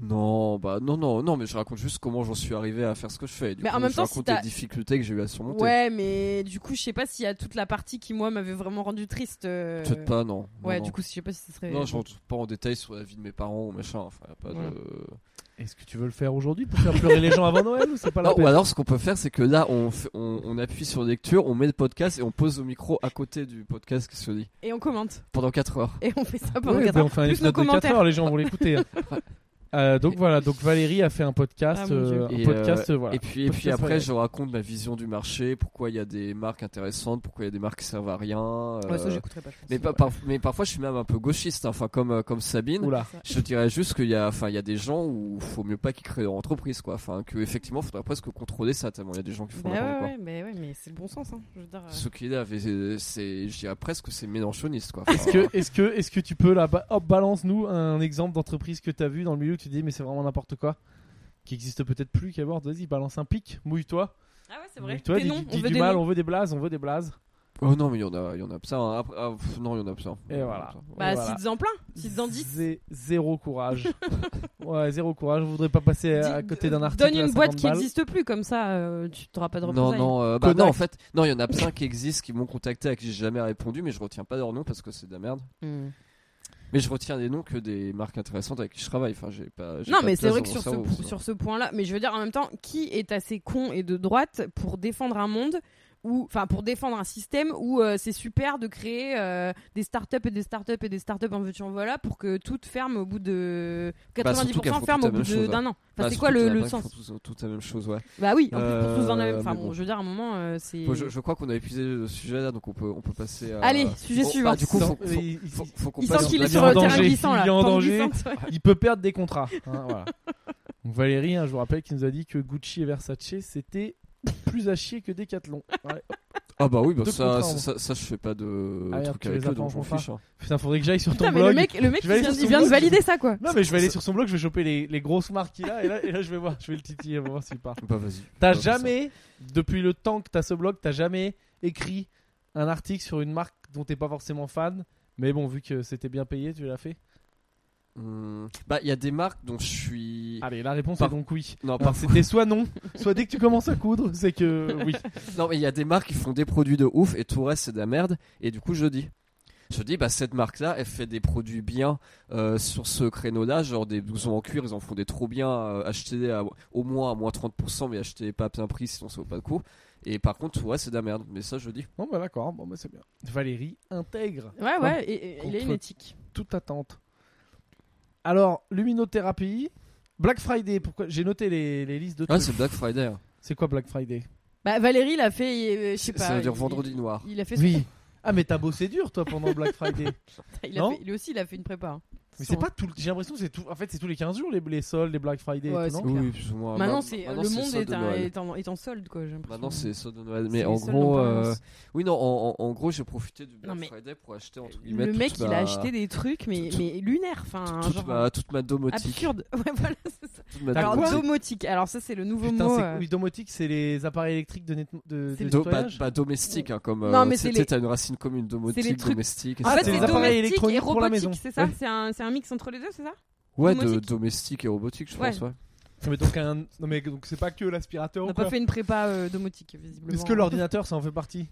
C: non bah non non non mais je raconte juste comment j'en suis arrivé à faire ce que je fais Du
B: Mais en
C: coup,
B: même
C: je
B: temps, si
C: raconte
B: t'as-
C: les difficultés que j'ai eu à surmonter
B: Ouais, mais du coup, je sais pas s'il y a toute la partie qui, moi, m'avait vraiment rendu triste. euh,
C: peut-être pas non Non,
B: Ouais,
C: non.
B: du coup, je sais pas si ce serait.
C: non je rentre pas en détail sur la vie de mes parents ou machin enfin y a pas
B: Voilà.
C: de
A: Est-ce que tu veux le faire aujourd'hui pour faire pleurer les gens avant Noël ou c'est pas la
C: Non, ou
A: peine
C: alors ce qu'on peut faire c'est que là on, fait- on, on appuie sur lecture, on met le podcast et on pose le micro à côté du podcast qui se dit
B: Et on commente.
C: pendant 4 heures.
B: Et on fait ça pendant
A: Ouais,
B: quatre
A: ben,
B: ans.
A: on fait un
B: Plus nos
A: épisode de 4
B: commentaires.
A: heures, les gens vont l'écouter. hein. Euh, donc voilà, donc Valérie a fait un podcast,
B: Ah, mon Dieu.
A: euh, un
C: Et,
A: podcast, voilà.
C: Et puis, et puis
A: Podcast
C: après
A: royal.
C: je raconte ma vision du marché, pourquoi il y a des marques intéressantes, pourquoi il y a des marques qui servent à rien. euh,
B: Ouais, ça, j'écouterai pas. je pense.
C: mais, pas- par- mais parfois je suis même un peu gauchiste, hein. enfin comme, euh, comme Sabine.
A: Oula.
C: Je dirais juste qu'il y a, enfin, il y a des gens où faut mieux pas qu'ils créent leur entreprise, quoi. Enfin, que effectivement, faudrait presque contrôler ça tellement il y a des gens qui font
B: Bah
C: n'importe
B: ouais,
C: quoi.
B: ouais, mais ouais, mais c'est le bon sens. Hein. Je veux dire, euh,
C: Ce qu'il a, c'est, je dirais presque que c'est mélanchoniste, quoi.
A: Est-ce que, est-ce que, est-ce que tu peux là, ba- hop, balance nous un exemple d'entreprise que t'as vu dans le milieu que tu dis mais c'est vraiment n'importe quoi, qui existe peut-être plus qu'abord. Vas-y, balance un pic, mouille-toi.
B: Ah ouais, c'est vrai.
A: Mouille-toi,
B: Des
A: dis,
B: noms,
A: dis
B: on veut
A: du
B: des
A: mal,
B: noms.
A: on veut des blazes, on veut des blazes.
C: Oh non, mais il y en a, il y en a plein. hein. Après- ah, pff, non, il y en a plein.
A: Et voilà.
B: Bah,
A: Et voilà.
B: si en plein, si en 10.
A: Zé- Zéro courage. ouais, zéro courage. Je voudrais pas passer à, à côté d'un article.
B: euh, Donne
A: à
B: une boîte
A: 50
B: qui
A: balles.
B: n'existe plus, comme ça, euh, tu t'auras pas de
C: Non,
B: représailles.
C: non, euh, bah,
A: Kodak.
C: non, en fait, non, il y en a plein qui existent, qui m'ont contacté, à qui j'ai jamais répondu, mais je retiens pas leur nom parce que c'est de la merde.
B: Hmm.
C: Mais je retiens des noms que des marques intéressantes avec qui je travaille. Enfin, j'ai pas. j'ai
B: Non,
C: pas
B: mais
C: de
B: c'est
C: place
B: vrai
C: dans
B: que
C: mon
B: sur ce,
C: cerveau,
B: po-
C: ça.
B: sur ce point-là, mais je veux dire en même temps, qui est assez con et de droite pour défendre un monde où, enfin, pour défendre un système où euh, c'est super de créer euh, des startups et des startups et des startups en veux-tu en voilà pour que toutes ferment au bout de
C: Bah,
B: 90%
C: surtout qu'elles font
B: ferment au
C: toutes la
B: bout
C: même
B: de-
C: chose,
B: d'un an. Enfin,
C: Bah,
B: c'est quoi
C: surtout
B: le,
C: que
B: le
C: là-bas, ils
B: sens
C: font tous, tous la même chose, ouais.
B: Bah oui, en plus pour tous dans la même.
C: Euh,
B: Enfin,
C: mais
B: bon,
C: bon.
B: je veux dire, à un moment, euh, c'est.
C: Bon, je, je crois qu'on a épuisé le sujet là, donc on peut, on peut passer. À...
B: Allez, sujet
C: Bon,
B: suivant.
C: bah, du coup, faut,
A: Sans-
C: faut,
A: il- il-
C: faut, faut qu'on
B: Il
C: passe
B: sent qu'il
A: la
B: est
A: vie
B: sur
A: en
B: le terrain
A: danger,
B: glissant là.
A: il est en
B: pente
A: danger.
B: glissante, ouais.
A: il peut perdre des contrats. hein, voilà. Donc Valérie, hein, je vous rappelle, qui nous a dit que Gucci et Versace, c'était plus à chier que Decathlon. Ouais.
C: Ah bah oui, bah
A: Deux
C: ça,
A: contrats,
C: ça, ça, ça, je fais pas de
A: Ah, merde,
C: truc
A: tu
C: avec
A: les
C: eux,
A: attends,
C: donc
A: je
C: on
A: m'en
C: fiche. hein.
A: Putain, faudrait que j'aille sur ton
B: Putain, mais
A: blog.
B: le mec, le mec
A: Je
B: il
A: vais aller
B: vient,
A: sur
B: il
A: son
B: vient de
A: blog.
B: valider ça, quoi.
A: Non, mais je vais aller sur son blog, je vais choper les, les grosses marques qu'il a, et là, et là, je vais voir, je vais le titiller, on va voir s'il part.
C: Bah vas-y.
A: T'as
C: Bah, fais ça.
A: jamais, depuis le temps que t'as ce blog, t'as jamais écrit un article sur une marque dont t'es pas forcément fan, mais bon, vu que c'était bien payé, tu l'as fait
C: Hmm. Bah il y a des marques dont je suis.
A: Allez, la réponse
C: Par-
A: est donc oui.
C: Non,
A: Alors,
C: par...
A: C'était soit Ah. non, soit dès que tu commences à coudre, c'est que oui.
C: non, mais il y a des marques qui font des produits de ouf et tout le reste c'est de la merde. Et du coup, je dis. Je dis, bah cette marque-là, elle fait des produits bien euh, sur ce créneau-là, genre des blousons en cuir, ils en font des trop bien, euh, achetés à- au moins à moins 30%, mais achetés pas à plein prix sinon ça vaut pas le coup. Et par contre, ouais, c'est de la merde, mais ça je dis.
A: Bon, bah d'accord, bon, bah c'est bien. Valérie intègre
B: Ouais,
A: Ouais.
B: ouais, et- et- il
A: Contre-
B: a une éthique.
A: toute attente. Alors, luminothérapie, Black Friday, pourquoi j'ai noté les, les listes de
C: Ah,
A: trucs.
C: c'est Black Friday. hein.
A: c'est quoi Black Friday
B: Bah, Valérie l'a fait, euh, je sais pas.
C: Ça veut dire
B: il-
C: vendredi noir.
B: Il a fait son-
A: Oui. Ah, mais t'as bossé dur, toi, pendant Black Friday.
B: il a
A: Non
B: fait- lui aussi, il a fait une prépa. hein.
A: mais
B: Son-
A: c'est pas tout. J'ai l'impression que c'est tout. En fait, c'est tous les 15 jours les, les soldes, les Black Friday. et
B: Ouais,
A: tout,
B: c'est
A: non
B: clair.
C: Oui, plus ou moins.
B: Maintenant,
C: Ma-
B: c'est euh,
C: maintenant,
B: le
C: c'est
B: monde
C: solde
B: est,
C: de
B: un-
C: Noël.
B: est en, est en solde, quoi. j'ai l'impression.
C: Maintenant, c'est ça de Noël. Mais
B: les
C: en
B: soldes en
C: gros, euh,
B: permanence.
C: oui, non, en, en- en gros, j'ai profité du Black
B: Non, mais
C: Friday pour acheter entre guillemets.
B: le
C: toute
B: mec, il
C: ma-
B: a acheté des trucs, mais,
C: toute-
B: mais lunaires. Enfin,
C: toute,
B: genre.
C: ma, toute ma domotique.
B: Absurde. Ouais, voilà, c'est ça.
C: Toute ma
A: T'as
B: Alors,
A: quoi
C: domotique.
B: domotique. Alors, ça, c'est le nouveau
A: Putain,
B: mot.
A: c'est
B: euh,
A: oui, domotique, c'est les appareils électriques de, net... de, de
C: Do- bah,
A: nettoyage.
C: bah, domestique, hein, comme.
B: Non,
C: euh,
B: mais
C: tu sais,
B: c'est
C: tu sais,
B: les-
C: t'as une racine commune
B: les
C: domotique,
B: trucs-
C: domestique.
B: En
A: Ah, c'est
B: fait, c'est
A: des appareils
B: domestique et
A: électroniques pour la maison.
B: robotique, c'est ça
A: Ouais.
B: C'est un, c'est un mix entre les deux, c'est ça
C: Ouais, de,
B: domotique.
C: domestique et robotique, je
B: Ouais.
C: pense, ouais.
A: Non, mais donc, un... non, mais donc c'est pas que l'aspirateur.
B: On
A: ou
B: n'a
A: quoi.
B: pas fait une prépa euh, domotique, visiblement.
A: Est-ce que l'ordinateur ça en fait partie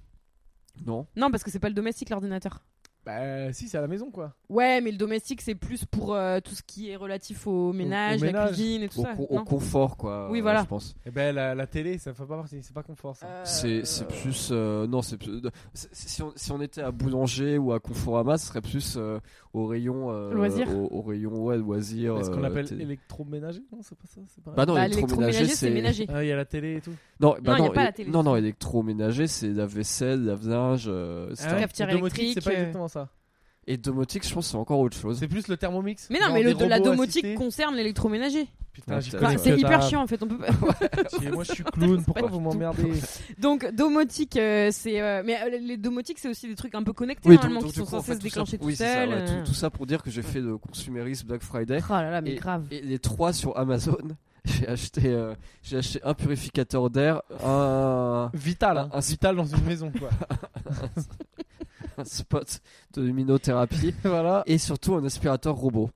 C: Non.
B: Non, parce que c'est pas le domestique, l'ordinateur.
A: Bah si, c'est à la maison quoi.
B: Ouais, mais le domestique, c'est plus pour euh, tout ce qui est relatif au ménage, la
A: ménage.
B: cuisine et tout
C: Au,
B: ça.
C: co- au
B: non
C: confort, quoi.
B: Oui,
C: euh,
B: voilà.
C: Je pense.
A: Et ben la, la télé, ça fait pas partie, c'est pas confort ça.
B: Euh,
C: C'est c'est plus. euh, non, c'est plus. c'est- Si on, si on était à Boulanger ou à Conforama, ce serait plus euh, au rayon. euh,
B: Loisirs.
C: Au, au rayon, ouais, loisirs.
A: Est-ce qu'on
C: euh,
A: appelle
C: télé-
A: électroménager Non, c'est pas ça, c'est pas.
C: Bah non,
B: Bah,
C: électroménager,
B: l'électroménager,
C: c'est.
B: c'est ménager.
A: Ah, il y a la télé et tout.
C: Non, bah
B: Non, y a
C: non,
B: pas la
C: éle-
B: télé.
C: non, non, électroménager, c'est la vaisselle, la linge, euh, etc.
B: cafetière
A: Ah domotique, c'est
B: Ah, électrique,
A: pas
B: euh.
A: exactement ça.
C: Et domotique, je pense, que c'est encore autre chose.
A: C'est plus le Thermomix.
B: Mais non,
A: Genre
B: mais le,
A: des
B: la
A: robots
B: domotique
A: assistés.
B: concerne l'électroménager.
A: Putain, j'y
C: Enfin,
B: Enfin,
A: connais
B: c'est
A: que
B: hyper
A: dalle.
B: chiant en fait. On peut pas-
A: Chier, Moi, je suis clown. Pourquoi
B: pas
A: vous
B: du tout.
A: m'emmerdez
B: Donc domotique, euh, c'est euh, mais euh, les domotiques c'est aussi des trucs un peu connectés
C: Oui, donc-
B: normalement
C: donc
B: qui
C: du
B: sont
C: coup, en
B: censés
C: fait,
B: se
C: tout ça-
B: déclencher tout,
C: oui, c'est ça,
B: seul. euh.
C: ouais, tout- tout ça pour dire que j'ai fait le consumérisme Black Friday.
B: Oh là là, mais grave.
C: Et les trois sur Amazon, j'ai acheté, euh, j'ai acheté un purificateur d'air, un,
A: Vital, hein.
C: Un- un-
A: vital dans une maison, quoi.
C: un spot de luminothérapie
A: voilà.
C: et surtout un aspirateur robot.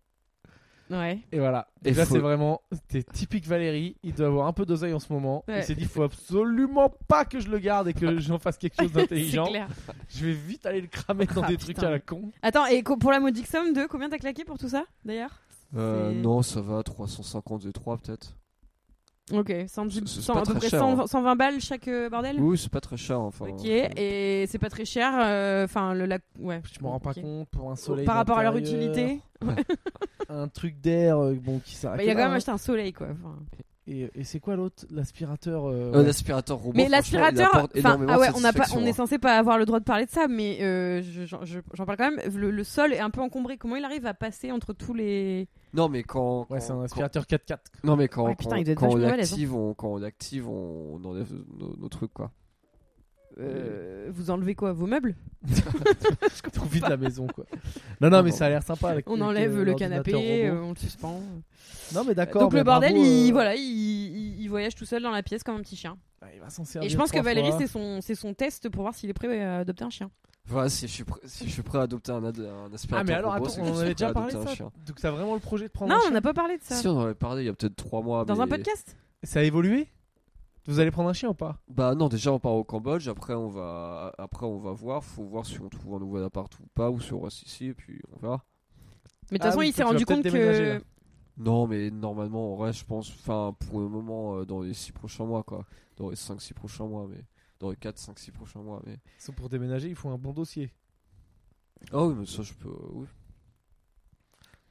B: Ouais.
A: Et voilà.
C: Et
A: Et là,
C: faut-
A: c'est vraiment. T'es typique Valérie. Il doit avoir un peu d'oseille en ce moment.
B: Ouais.
A: Il s'est dit faut absolument pas que je le garde et que j'en fasse quelque chose
B: C'est
A: d'intelligent.
B: clair.
A: Je vais vite aller le cramer dans
B: Ah,
A: des
B: putain.
A: trucs à la con.
B: Attends, et co- pour la modique somme de combien t'as claqué pour tout ça d'ailleurs
C: Euh,
B: C'est-
C: non, ça va, 350 et 3 peut-être.
B: Ok, 100,
C: C'est- c'est
B: 100,
C: pas
B: à peu
C: très
B: près
C: cher, hein.
B: 100 120 balles chaque euh, bordel.
C: Oui, c'est pas très cher. Enfin, Euh,
B: Ok, et c'est pas très cher. euh, Enfin, le lac. Ouais.
A: Je m'en rends pas
B: ok.
A: compte pour un soleil.
B: Par rapport à leur
A: d'intérieur,
B: utilité,
A: Un truc d'air, euh, bon, qui s'arrête.
B: bah, il y a quand
A: là,
B: même
A: hein.
B: acheté un soleil quoi. Enfin,
A: Et, et c'est quoi l'autre L'aspirateur. euh,
C: Euh,
A: ouais.
C: L'aspirateur robot.
B: mais
C: franchement, il
B: l'aspirateur,
C: apporte
B: enfin,
C: énormément
B: ah ouais,
C: de
B: on, n'a pas,
C: satisfaction,
B: on est
C: hein.
B: censé pas avoir le droit de parler de ça, mais euh, je- j'en je- j'en parle quand même. Le, le sol est un peu encombré. Comment il arrive à passer entre tous les.
C: Non, mais quand.
A: Ouais, c'est
C: quand-
A: un aspirateur 4x4.
C: quand- Non, mais quand,
B: Ouais, putain,
C: quand-
B: il doit être
C: quand on
B: vachement à l'aise, hein.
C: l'active, on, quand on l'active, on, on enlève nos, nos trucs, quoi.
B: euh, vous enlevez quoi Vos meubles
A: Trop vite la maison, quoi. Non, non,
C: Non,
A: mais
C: non.
A: ça a l'air sympa. avec-
B: On
A: avec,
B: enlève
A: euh,
B: le
A: l'ordinateur
B: canapé,
A: robot.
B: euh, on le suspend.
A: Non, mais d'accord.
B: Donc
A: mais
B: le bordel,
A: bravo,
B: il,
A: euh,
B: voilà, il, il- il voyage tout seul dans la pièce comme un petit chien.
A: ouais, Ah, Il va s'en servir.
B: Et je pense que
A: trois
B: Valérie,
A: fois.
B: c'est son, c'est son test pour voir s'il est prêt à adopter un chien.
C: Voilà, si je suis, pr- si je suis prêt à adopter un, ad- un aspirateur
A: Ah, mais alors,
C: robot,
A: attends,
C: c'est que je
A: on en
C: suis
A: avait
C: prêt à
A: déjà parlé de
C: adopter un
A: ça.
C: chien.
A: Donc, t'as vraiment le projet de prendre
B: Non,
A: un
B: on
A: chien
B: n'a pas parlé de ça.
C: Si, on en avait parlé il y a peut-être 3 mois.
B: Dans
C: mais-
B: un podcast
A: Ça a évolué Vous allez prendre un chien ou pas
C: Bah non, déjà on part au Cambodge, après on va après on va voir, faut voir si on trouve un nouvel appart ou pas ou si on reste ici et puis on verra.
B: Mais de toute
A: Ah
B: façon,
A: oui,
B: il s'est
A: faut que
B: rendu
A: tu vas
B: compte
A: peut-être déménager,
B: que.
A: là.
C: Non, mais normalement on reste je pense enfin pour le moment euh, dans les 6 prochains mois quoi. Dans les 5 6 prochains mois mais dans les 4 5 6 prochains mois mais
A: Sauf pour déménager, il faut un bon dossier.
C: Ah oui, mais ça je peux oui.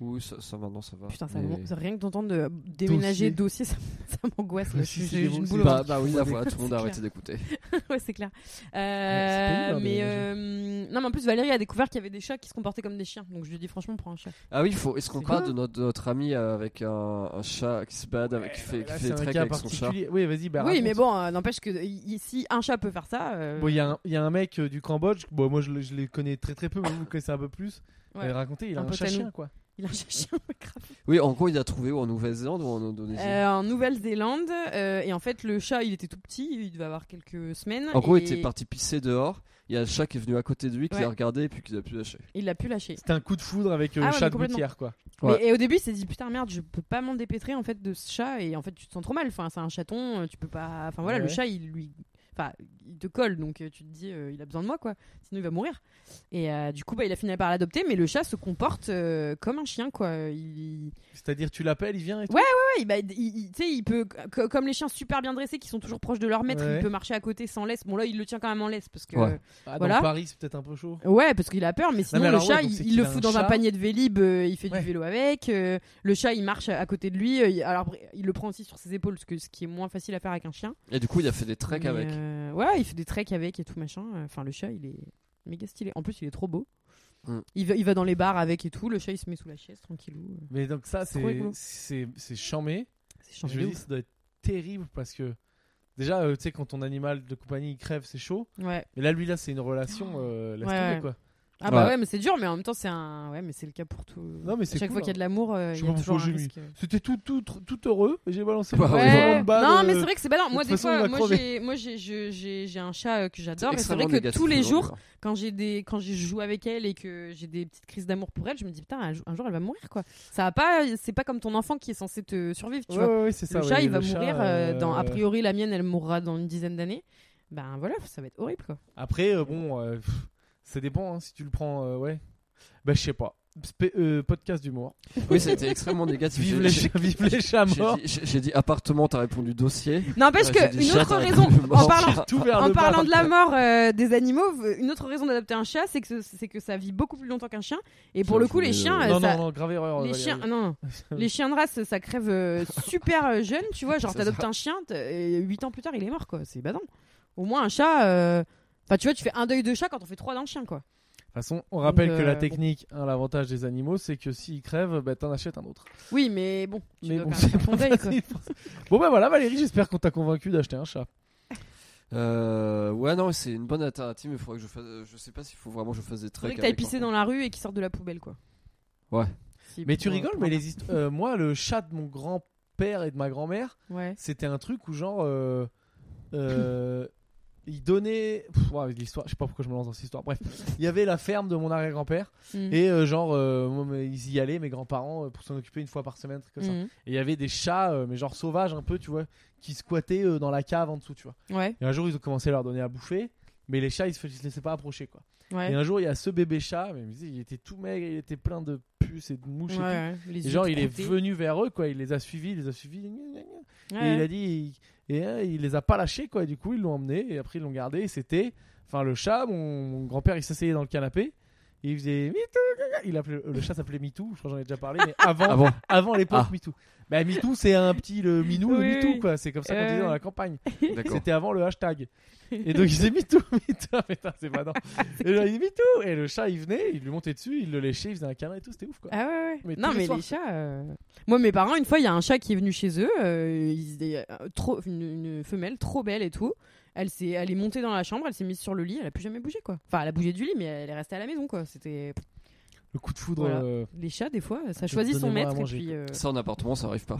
C: Oui, ça, ça, maintenant ça va.
B: Putain, ça
C: Mais-
B: m'en- ça- rien que d'entendre de déménager dossier, ça, ça m'angoisse.
A: Le
B: Je-
A: dossier,
B: J'ai
A: c'est
B: j'ai une
A: des
B: boule au
C: bah, bah oui, là
A: C'est
C: voilà, tout le monde a
B: clair.
C: arrêté d'écouter.
B: ventre. Ouais, c'est clair. Euh,
A: pénible, hein,
B: mais
A: déménager.
B: euh, non, mais en plus, Valérie a découvert qu'il y avait des chats qui se comportaient comme des chiens. Donc je lui ai dit, franchement, prends un chat.
C: Ah oui, faut est-ce qu'on
A: C'est
C: parle
A: quoi
C: de notre, de notre ami euh, avec un, un chat qui se balade avec qui fait,
A: Là,
C: qui fait
A: c'est
C: des
A: un
C: treks
A: cas
C: avec son chat
A: particulier. Oui, vas-y, bah.
B: oui, mais
A: raconte.
B: bon, euh, n'empêche que euh, y- si un chat peut faire ça. euh,
A: Bon, il y, a un- il y a un mec euh, du Cambodge, bon, moi je, le- je les connais très très peu, mais vous le connaissez un peu plus.
B: Ouais.
A: Et racontez, il a
B: Un
A: un,
B: pote à
A: chat
B: nous.
A: chien quoi.
B: Il a un chat chien, grave.
C: Oui, en gros, il a trouvé où en Nouvelle-Zélande ou en Indonésie
B: Euh, en Nouvelle-Zélande. euh, et en fait, le chat, il était tout petit, il devait avoir quelques semaines.
C: En gros,
B: et
C: il était parti pisser dehors. Il y a le chat qui est venu à côté de lui, qui
B: Ouais.
C: l'a regardé et puis qui l'a pu lâcher.
B: Il l'a pu lâcher.
A: C'était un coup de foudre avec euh, le
B: Ah ouais, mais
A: chat de
B: complètement.
A: gouttière quoi.
C: Ouais.
B: Mais- et au début, il s'est dit putain merde, je peux pas m'en dépêtrer en fait de ce chat et en fait tu te sens trop mal. Enfin, c'est un chaton, euh, tu peux pas. Enfin voilà,
A: Ouais,
B: le
A: ouais.
B: chat il lui, enfin il te colle donc euh, tu te dis euh, il a besoin de moi quoi. Sinon il va mourir. Et euh, du coup bah il a fini par l'adopter, mais le chat se comporte euh, comme un chien quoi. Il,
A: C'est-à-dire, tu l'appelles, il vient et tout.
B: ouais, bah, il- il- tu sais il peut co- comme les chiens super bien dressés qui sont toujours proches de leur maître,
A: Ouais.
B: il peut marcher à côté sans laisse. Bon là il le tient quand même en laisse parce que
C: Ouais.
A: Ah, dans
B: Voilà.
A: Paris, c'est peut-être un peu chaud.
B: Ouais, parce qu'il a peur, mais sinon
A: mais alors,
B: le chat,
A: ouais, donc c'est
B: il, il
A: qu'il
B: le
A: a
B: fout
A: un
B: dans un
A: chat.
B: panier de vélib, euh, il fait
A: Ouais.
B: du vélo avec. euh, le chat, il marche à côté de lui. euh, il- alors, après, il le prend aussi sur ses épaules, ce, que, ce qui est moins facile à faire avec un chien.
C: Et du coup, il a fait des treks
B: Mais,
C: avec.
B: euh, ouais, il fait des treks avec et tout machin. euh, Enfin, le chat, il est méga stylé. En plus, il est trop beau.
C: Mm.
B: Il, va, il va dans les bars avec et tout. Le chat, il se met sous la chaise tranquillou. euh,
A: Mais donc, ça,
B: C'est trop
A: c'est
B: rigolo.
A: c'est c'est chambé.
B: C'est chiant.
A: Je me dis, ça doit être terrible parce que déjà, euh, tu sais, quand ton animal de compagnie il crève, c'est chaud.
B: Ouais.
A: Mais là, lui, là, c'est une relation. Euh, laisse
B: Ouais,
A: tomber,
B: ouais.
A: quoi.
B: Ah bah
C: Ouais.
B: ouais, mais c'est dur, mais en même temps, c'est un. Ouais, mais c'est le cas pour tout.
A: Non, mais
B: à
A: c'est
B: chaque
A: cool,
B: fois qu'il y a
A: hein.
B: de l'amour, euh,
A: Je
B: il y
A: sais
B: a
A: pas
B: toujours un
A: pourquoi j'ai mis.
B: risque. euh.
A: C'était tout, tout, tout heureux. et J'ai balancé
C: Bah,
A: une
C: ouais.
A: grande
B: Ouais.
A: balle,
B: Non, mais
A: euh,
B: c'est vrai que c'est ballant. Moi,
A: de
B: des
A: toute façon,
B: fois,
A: il va
B: moi,
A: crever.
B: j'ai, moi, j'ai, je- j'ai, j'ai un chat euh, que j'adore. Et c'est
C: extrêmement
B: vrai que
C: négatif hein.
B: tous les
C: aujourd'hui,
B: jours, quand j'ai des, quand je joue avec elle et que j'ai des petites crises d'amour pour elle, je me dis putain, un, jour- un jour, elle va mourir, quoi. Ça va pas, c'est pas comme ton enfant qui est censé te survivre, tu
A: ouais,
B: vois.
A: ouais, ouais, c'est ça.
B: le
A: ouais,
B: chat, il
A: le
B: va
A: chat,
B: mourir. euh, dans, a
A: euh,
B: priori, la mienne, elle mourra dans une dizaine d'années. Ben voilà, ça va être horrible, quoi.
A: Après, euh, bon, euh, pff, ça dépend hein, si tu le prends, euh, ouais. Bah, je sais pas. Spé- euh, podcast d'humour.
C: hein. Oui, c'était extrêmement négatif.
A: Vive
C: J'ai-
A: les,
C: j'ai-
A: chats, vive les chats
C: j'ai
A: morts.
C: dit- J'ai j'ai dit appartement, t'as répondu dossier.
B: N'empêche
C: Ouais, j'ai
B: que
C: dit
B: une
C: chat,
B: autre
C: t'as
B: raison,
C: répondu mort.
B: en parlant,
A: Tout vers
B: En
A: le bas.
B: parlant de la mort euh, des animaux, v- une autre raison d'adopter un chat, c'est que, ce- c'est que ça vit beaucoup plus longtemps qu'un chien. Et pour
C: Ça,
B: le
C: je
B: coup, les
C: voulais,
B: chiens,
C: euh,
B: euh,
A: Non,
B: ça-
A: non, non, grave erreur.
B: les
A: Valérie.
B: chiens, ah, non, non. les chiens de race, ça crève euh, super euh, jeune, tu vois. Genre,
C: C'est
B: t'adoptes
C: ça.
B: un chien, 8 ans plus tard, il est mort, quoi. C'est badant. Au moins, un chat. euh, Enfin, tu vois, tu fais un deuil de chat quand on fait trois d'un chien, quoi.
A: toute façon, on rappelle
B: Donc,
A: que
B: euh,
A: la
B: bon.
A: technique, hein, l'avantage des animaux, c'est que s'ils crèvent, bah, t'en achètes un autre.
B: Oui, mais bon, tu
A: Mais
B: dois
A: bon,
B: quand même
A: c'est
B: faire
A: pas
B: ton deuil, quoi.
A: facile. Bon, bah voilà, Valérie, j'espère qu'on t'a convaincu d'acheter un chat.
C: Euh, ouais, non, c'est une bonne alternative, mais il faudrait que je fasse. euh, Je sais pas s'il faut vraiment que je fasse des
B: Faudrait
C: trucs.
B: que t'ailles pisser dans la rue et qu'il sorte de la poubelle, quoi.
C: Ouais.
B: Si,
A: Mais tu
B: pour-
A: rigoles,
B: pour-
A: mais les histoires. euh, moi, le chat de mon grand-père et de ma grand-mère,
B: Ouais.
A: c'était un truc où genre euh, euh, il donnait Pff, ouah, l'histoire je sais pas pourquoi je me lance dans cette histoire bref il y avait la ferme de mon arrière-grand-père
B: Mm.
A: et euh, genre euh, moi, mais ils y allaient mes grands-parents euh, pour s'en occuper une fois par semaine un truc comme ça.
B: Mm.
A: et il y avait des chats euh, mais genre sauvages un peu tu vois qui squattaient euh, dans la cave en dessous tu vois
B: Ouais,
A: et un jour ils ont commencé à leur donner à bouffer mais les chats ils se, ils se laissaient pas approcher quoi
B: ouais.
A: et un jour il y a ce bébé chat mais il était tout maigre il était plein de puces et de mouches et
B: Ouais,
A: tout.
B: ouais, les
A: Et genre
B: yeux
A: il est
B: croûtés.
A: venu vers eux quoi il les a suivis il les a suivis gna, gna, gna.
B: Ouais,
A: Et il
B: ouais.
A: a dit, il, et, euh, il les a pas lâchés, quoi. Et du coup, ils l'ont emmené, et après, ils l'ont gardé. Et c'était, enfin, le chat, mon, mon grand-père, il s'asseyait dans le canapé, et il faisait MeToo. gaga Il appelait, euh, le chat s'appelait MeToo, je crois que j'en ai déjà parlé, mais avant,
C: Ah bon
A: avant l'époque
C: Ah.
A: MeToo. Bah, MeToo, c'est un petit, le minou, le
B: Oui,
A: MeToo,
B: oui.
A: quoi. C'est comme ça qu'on
B: Euh.
A: disait dans la campagne.
C: D'accord.
A: C'était avant le hashtag. Et donc, il disait MeToo, MeToo, Ah, putain, c'est pas non. Et genre, il dit MeToo, et le chat, il venait, il lui montait dessus, il le léchait, il faisait un câlin et tout, c'était ouf, quoi.
B: Ah ouais, ouais.
A: Mais
B: non,
A: tous les
B: mais
A: soirs,
B: les chats. euh, Moi, mes parents, une fois, il y a un chat qui est venu chez eux, euh, ils étaient, euh, trop, une, une femelle trop belle et tout. Elle est, elle est montée dans la chambre, elle s'est mise sur le lit, elle a plus jamais bougé quoi. Enfin, elle a bougé du lit, mais elle est restée à la maison quoi. C'était
A: Le coup de foudre.
B: Voilà.
A: euh,
B: les chats des fois, ça choisit son
A: Donnez-moi à
B: maître et
A: manger,
B: puis euh,
C: Ça en appartement, ça arrive pas.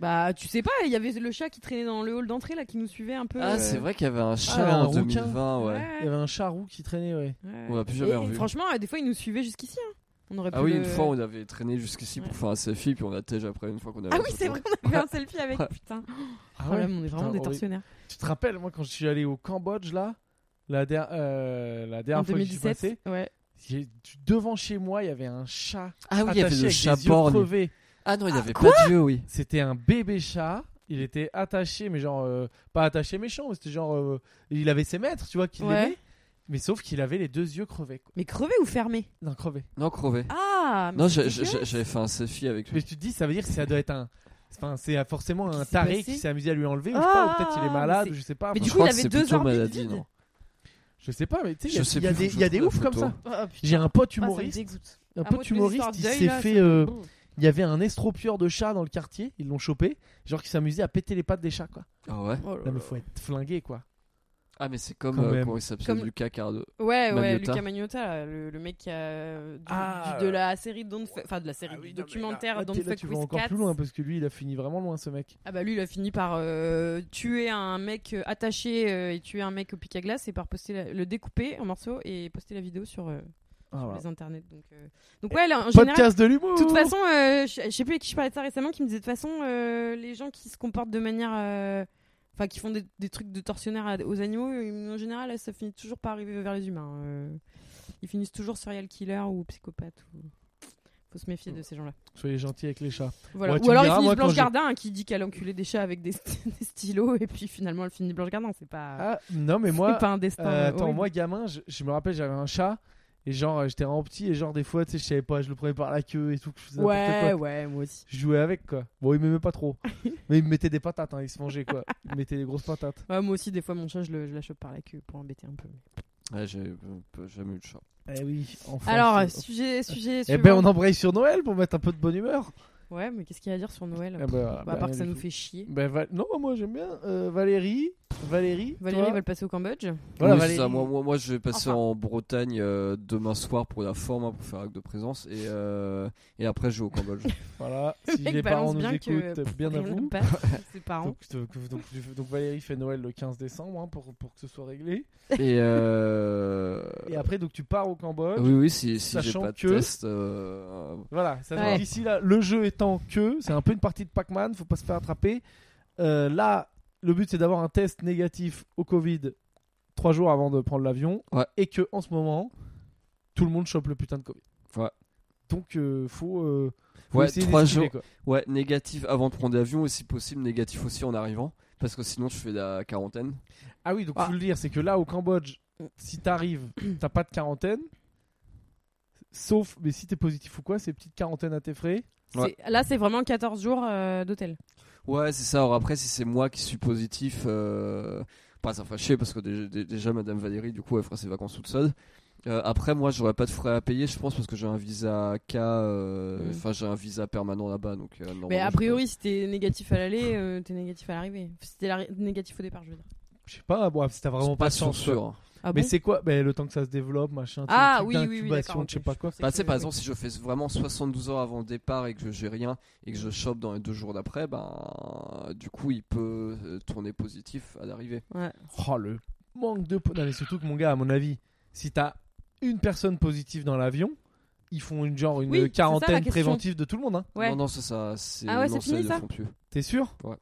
B: bah tu sais pas, il y avait le chat qui traînait dans le hall d'entrée là, qui nous suivait un peu.
C: Ah,
B: euh, Ah,
C: c'est vrai qu'il y avait un chat
A: il y a un
C: en
A: rouquin.
C: 2020, ouais.
A: Il y avait un chat roux qui traînait, ouais.
B: ouais.
C: On l'a plus
B: Et-
C: jamais
B: et
C: revu.
B: Franchement, euh, des fois, il nous suivait jusqu'ici. hein. On aurait
C: Ah
B: pu
C: oui,
B: le-
C: une fois on avait traîné jusqu'ici
B: Ouais.
C: pour faire un selfie, puis on a têche après une fois qu'on avait.
B: Ah
C: un
B: oui,
C: photo.
B: c'est vrai, on a fait un selfie avec.
C: euh, Ouais.
B: Putain,
A: Ah
B: Oh là,
A: ouais,
B: mais on est
A: putain,
B: vraiment des
A: horrible.
B: tortionnaires.
A: Tu te rappelles, moi, quand je suis allé au Cambodge, là, la, der- euh, la
B: En
A: dernière fois que j'y suis
B: 2017.
A: passé,
B: ouais.
A: j'ai- tu- devant chez moi, il y avait un chat
C: Ah oui, il
A: attaché
C: y avait le
A: avec
C: chat
A: des yeux
C: borgne.
A: crevés.
C: Ah non, il n'y avait
B: quoi
C: pas d'yeux, oui.
A: C'était un bébé chat. Il était attaché, mais genre euh, pas attaché méchant, mais c'était genre euh, il avait ses maîtres, tu vois, qui
B: Ouais.
A: l'aimaient, mais sauf qu'il avait les deux yeux crevés, quoi.
B: Mais crevé ou fermé
A: non crevé.
C: Non, crevé.
B: Ah mais
C: non,
B: c'est
C: j'ai- j'ai-
B: dégueulasse.
C: j'ai- j'avais fait un selfie avec
A: Mais
C: lui.
A: tu te dis, ça veut dire que ça doit être un, enfin c'est forcément
B: Qu'est-ce
A: un
B: qui s'est
A: taré
B: passé
A: qui s'est amusé à lui enlever, ou
B: Ah,
A: je sais pas, ou peut-être il est
B: mais
A: malade,
B: c'est-
A: ou je sais pas.
B: Mais
A: enfin,
B: du
C: Je
B: coup,
C: crois
B: il
C: que
B: avait
C: c'est
B: deux
C: plutôt
B: orbites
C: maladie,
B: vides.
C: non.
A: Je sais pas, mais tu
C: Je
A: sais,
C: sais
A: il y a- il y a
C: plus,
A: des,
C: faut
A: il y a
C: que je
A: des
C: trouve
A: oufs
C: la
A: comme
C: photo.
A: ça.
B: Ah, putain.
A: J'ai un pote
B: Ah, ça me
A: humoriste.
B: dégoûte.
A: Un
B: Ah, moi,
A: pote
B: toutes les histoires
A: humoriste, il
B: d'œil,
A: s'est
B: là,
A: fait.
B: c'est-
A: euh,
B: Bon.
A: il y avait un estropieur de chat dans le quartier, ils l'ont chopé. Genre qui s'amusait à péter les pattes des chats, quoi.
C: Ah ouais.
B: Oh là
A: Non, mais
B: là.
A: faut être flingué, quoi.
C: Ah mais c'est comme
A: Quand
C: euh,
A: même.
C: comment il s'appelle
B: Comme-
C: Lucas Cardo.
B: Ouais, ouais,
C: Magnotta.
B: Lucas Magnotta, là, le, le mec qui a, euh, du-
A: Ah,
B: du- de la série Don't Fuck, enfin de la série
A: Ah oui,
B: du
A: non, mais
B: documentaire
A: là,
B: Don't
A: t'es- là,
B: Fuck
A: tu vas
B: with
A: encore
B: Cats.
A: plus loin parce que lui, il a fini vraiment loin, ce mec.
B: Ah bah lui, il a fini par euh, tuer un mec euh, attaché euh, et tuer un mec au pic à glace et par poster la- le découper en morceaux et poster la vidéo sur, euh,
A: Ah,
B: sur
A: voilà.
B: les internets. Donc, euh, donc ouais, là, en général,
A: Podcast de l'humour.
B: De toute façon, euh, je je sais plus avec qui je parlais de ça récemment, qui me disait de toute façon, euh, les gens qui se comportent de manière. euh, Enfin, qui font des, des trucs de tortionnaire à- aux animaux, euh, en général, ça finit toujours par arriver vers les humains. euh. ils finissent toujours serial killer ou psychopathe. Ou... Faut se méfier de ces gens-là.
A: soyez gentils avec les chats.
B: Voilà.
A: Ouais, tu
B: ou
A: me
B: alors ils
A: diras,
B: finissent
A: moi, quand
B: Blanche
A: j'ai-
B: Gardin hein, qui dit qu'elle a enculé des chats avec des, des stylos et puis finalement elle finit Blanche Gardin. C'est pas,
A: Ah, non, mais
B: c'est
A: moi,
B: pas un destin.
A: Euh,
B: euh,
A: attends,
B: horrible.
A: moi gamin, je, je me rappelle, j'avais un chat et genre euh, j'étais vraiment petit et genre des fois, tu sais, je savais pas, je le prenais par la queue et tout, que je faisais n'importe quoi.
B: Ouais, ouais, moi aussi.
A: Je jouais avec quoi. Bon, il m'aimait pas trop, mais il me mettait des patates, hein, il se mangeait quoi. Il me mettait des grosses patates.
B: Ouais, moi aussi, des fois, mon chat, je, le- je la chope par la queue pour l'embêter un peu.
C: Ouais, j'ai euh, peu- jamais eu de chat.
A: Eh oui, enfin.
B: Alors, euh,
A: c'est-
B: sujet, sujet.
A: eh
B: suivant.
A: ben, on embraye sur Noël pour mettre un peu de bonne humeur.
B: Ouais, mais qu'est-ce qu'il y a à dire sur Noël
A: Eh ben, voilà,
B: Bah, À
A: bah,
B: part
A: rien
B: que ça
A: du
B: nous
A: tout.
B: fait chier.
A: Ben, Val- Non, moi j'aime bien euh, Valérie. Valérie.
B: Valérie,
A: toi
B: ils veulent passer au Cambodge.
A: Voilà,
C: Oui, c'est
A: Valérie.
C: ça. Moi, moi, moi, je vais passer
B: bah, Enfin.
C: en Bretagne euh, demain soir pour la forme, hein, pour faire acte de présence, et, euh, et après je vais au Cambodge.
A: Voilà,
B: Le
A: si
B: mec
A: les
B: balance
A: parents nous
B: bien que-
A: écoutent, bien à
B: Rien ne
A: vous.
B: passe, hein. ses parents.
A: Donc, donc, donc, donc Valérie fait Noël le 15 décembre hein, pour, pour que ce soit réglé.
C: et, euh,
A: Et après, donc tu pars au Cambodge.
C: oui, oui, si, si j'ai
A: Sachant
C: pas de
A: que-
C: test, euh,
A: Voilà, ça
B: Ouais.
A: ici là, le jeu étant que c'est un peu une partie de Pac-Man, faut pas se faire attraper. Euh, là, le but c'est d'avoir un test négatif au Covid trois jours avant de prendre l'avion
C: Ouais.
A: et que en ce moment tout le monde chope le putain de Covid.
C: Ouais.
A: Donc euh, faut, euh, faut
C: ouais,
A: essayer
C: trois
A: d'esquiver,
C: jours, Ah.
A: quoi.
C: ouais, négatif avant de prendre l'avion et si possible négatif aussi en arrivant, parce que sinon je fais la quarantaine.
A: Ah oui, donc
B: Ah.
A: faut le dire, c'est que là au Cambodge, si t'arrives, t'as pas de quarantaine. Sauf, mais si t'es positif ou quoi, c'est petite quarantaine à tes frais.
C: Ouais.
B: C'est- Là, c'est vraiment 14 jours euh, d'hôtel.
C: Ouais, c'est ça. Alors après, si c'est moi qui suis bah, positif, euh... pas ça fâcher parce que déjà, dé- déjà, Madame Valérie, du coup, elle fera ses vacances toute seule. Euh, après, moi, j'aurais pas de frais à payer, je pense, parce que j'ai un visa K, euh,
A: Mhm.
B: Mm.
C: enfin, j'ai un visa permanent là-bas, donc. euh, normalement,
B: Mais a
A: bah,
C: je-
B: priori, si t'es négatif à l'aller, euh, t'es négatif à l'arrivée. Si t'es la- négatif au départ, je veux dire.
A: Je sais pas, bon, c'était
C: c'est
A: vraiment
C: pas
A: pas de
C: sûr.
A: chance. quoi.
C: sûr.
B: Ah
A: mais
B: bon
A: c'est quoi mais Le temps que ça se développe, machin. tu
B: Ah
A: sais, le truc
B: oui, oui, oui,
A: d'incubation,
B: d'accord,
A: je sais
B: ok,
A: pas
B: je
A: quoi.
B: pensais
C: Bah,
B: que-
C: tu sais, par exemple, si je fais vraiment 72 heures avant le départ et que j'ai rien et que je chope dans les deux jours d'après, ben, du coup, il peut euh, tourner positif à l'arrivée.
B: Ouais.
A: Oh, le manque de. po- Non, mais surtout que mon gars, à mon avis, si t'as une personne positive dans l'avion, ils font une genre une
B: Oui, c'est ça, la
A: quarantaine
B: question.
A: préventive de tout le monde. Hein.
B: Ouais.
C: Non, non, ça, ça, c'est.
B: Ah ouais, c'est
C: non,
B: fini,
C: ils
B: ça
C: le font plus.
A: T'es sûr
C: Ouais.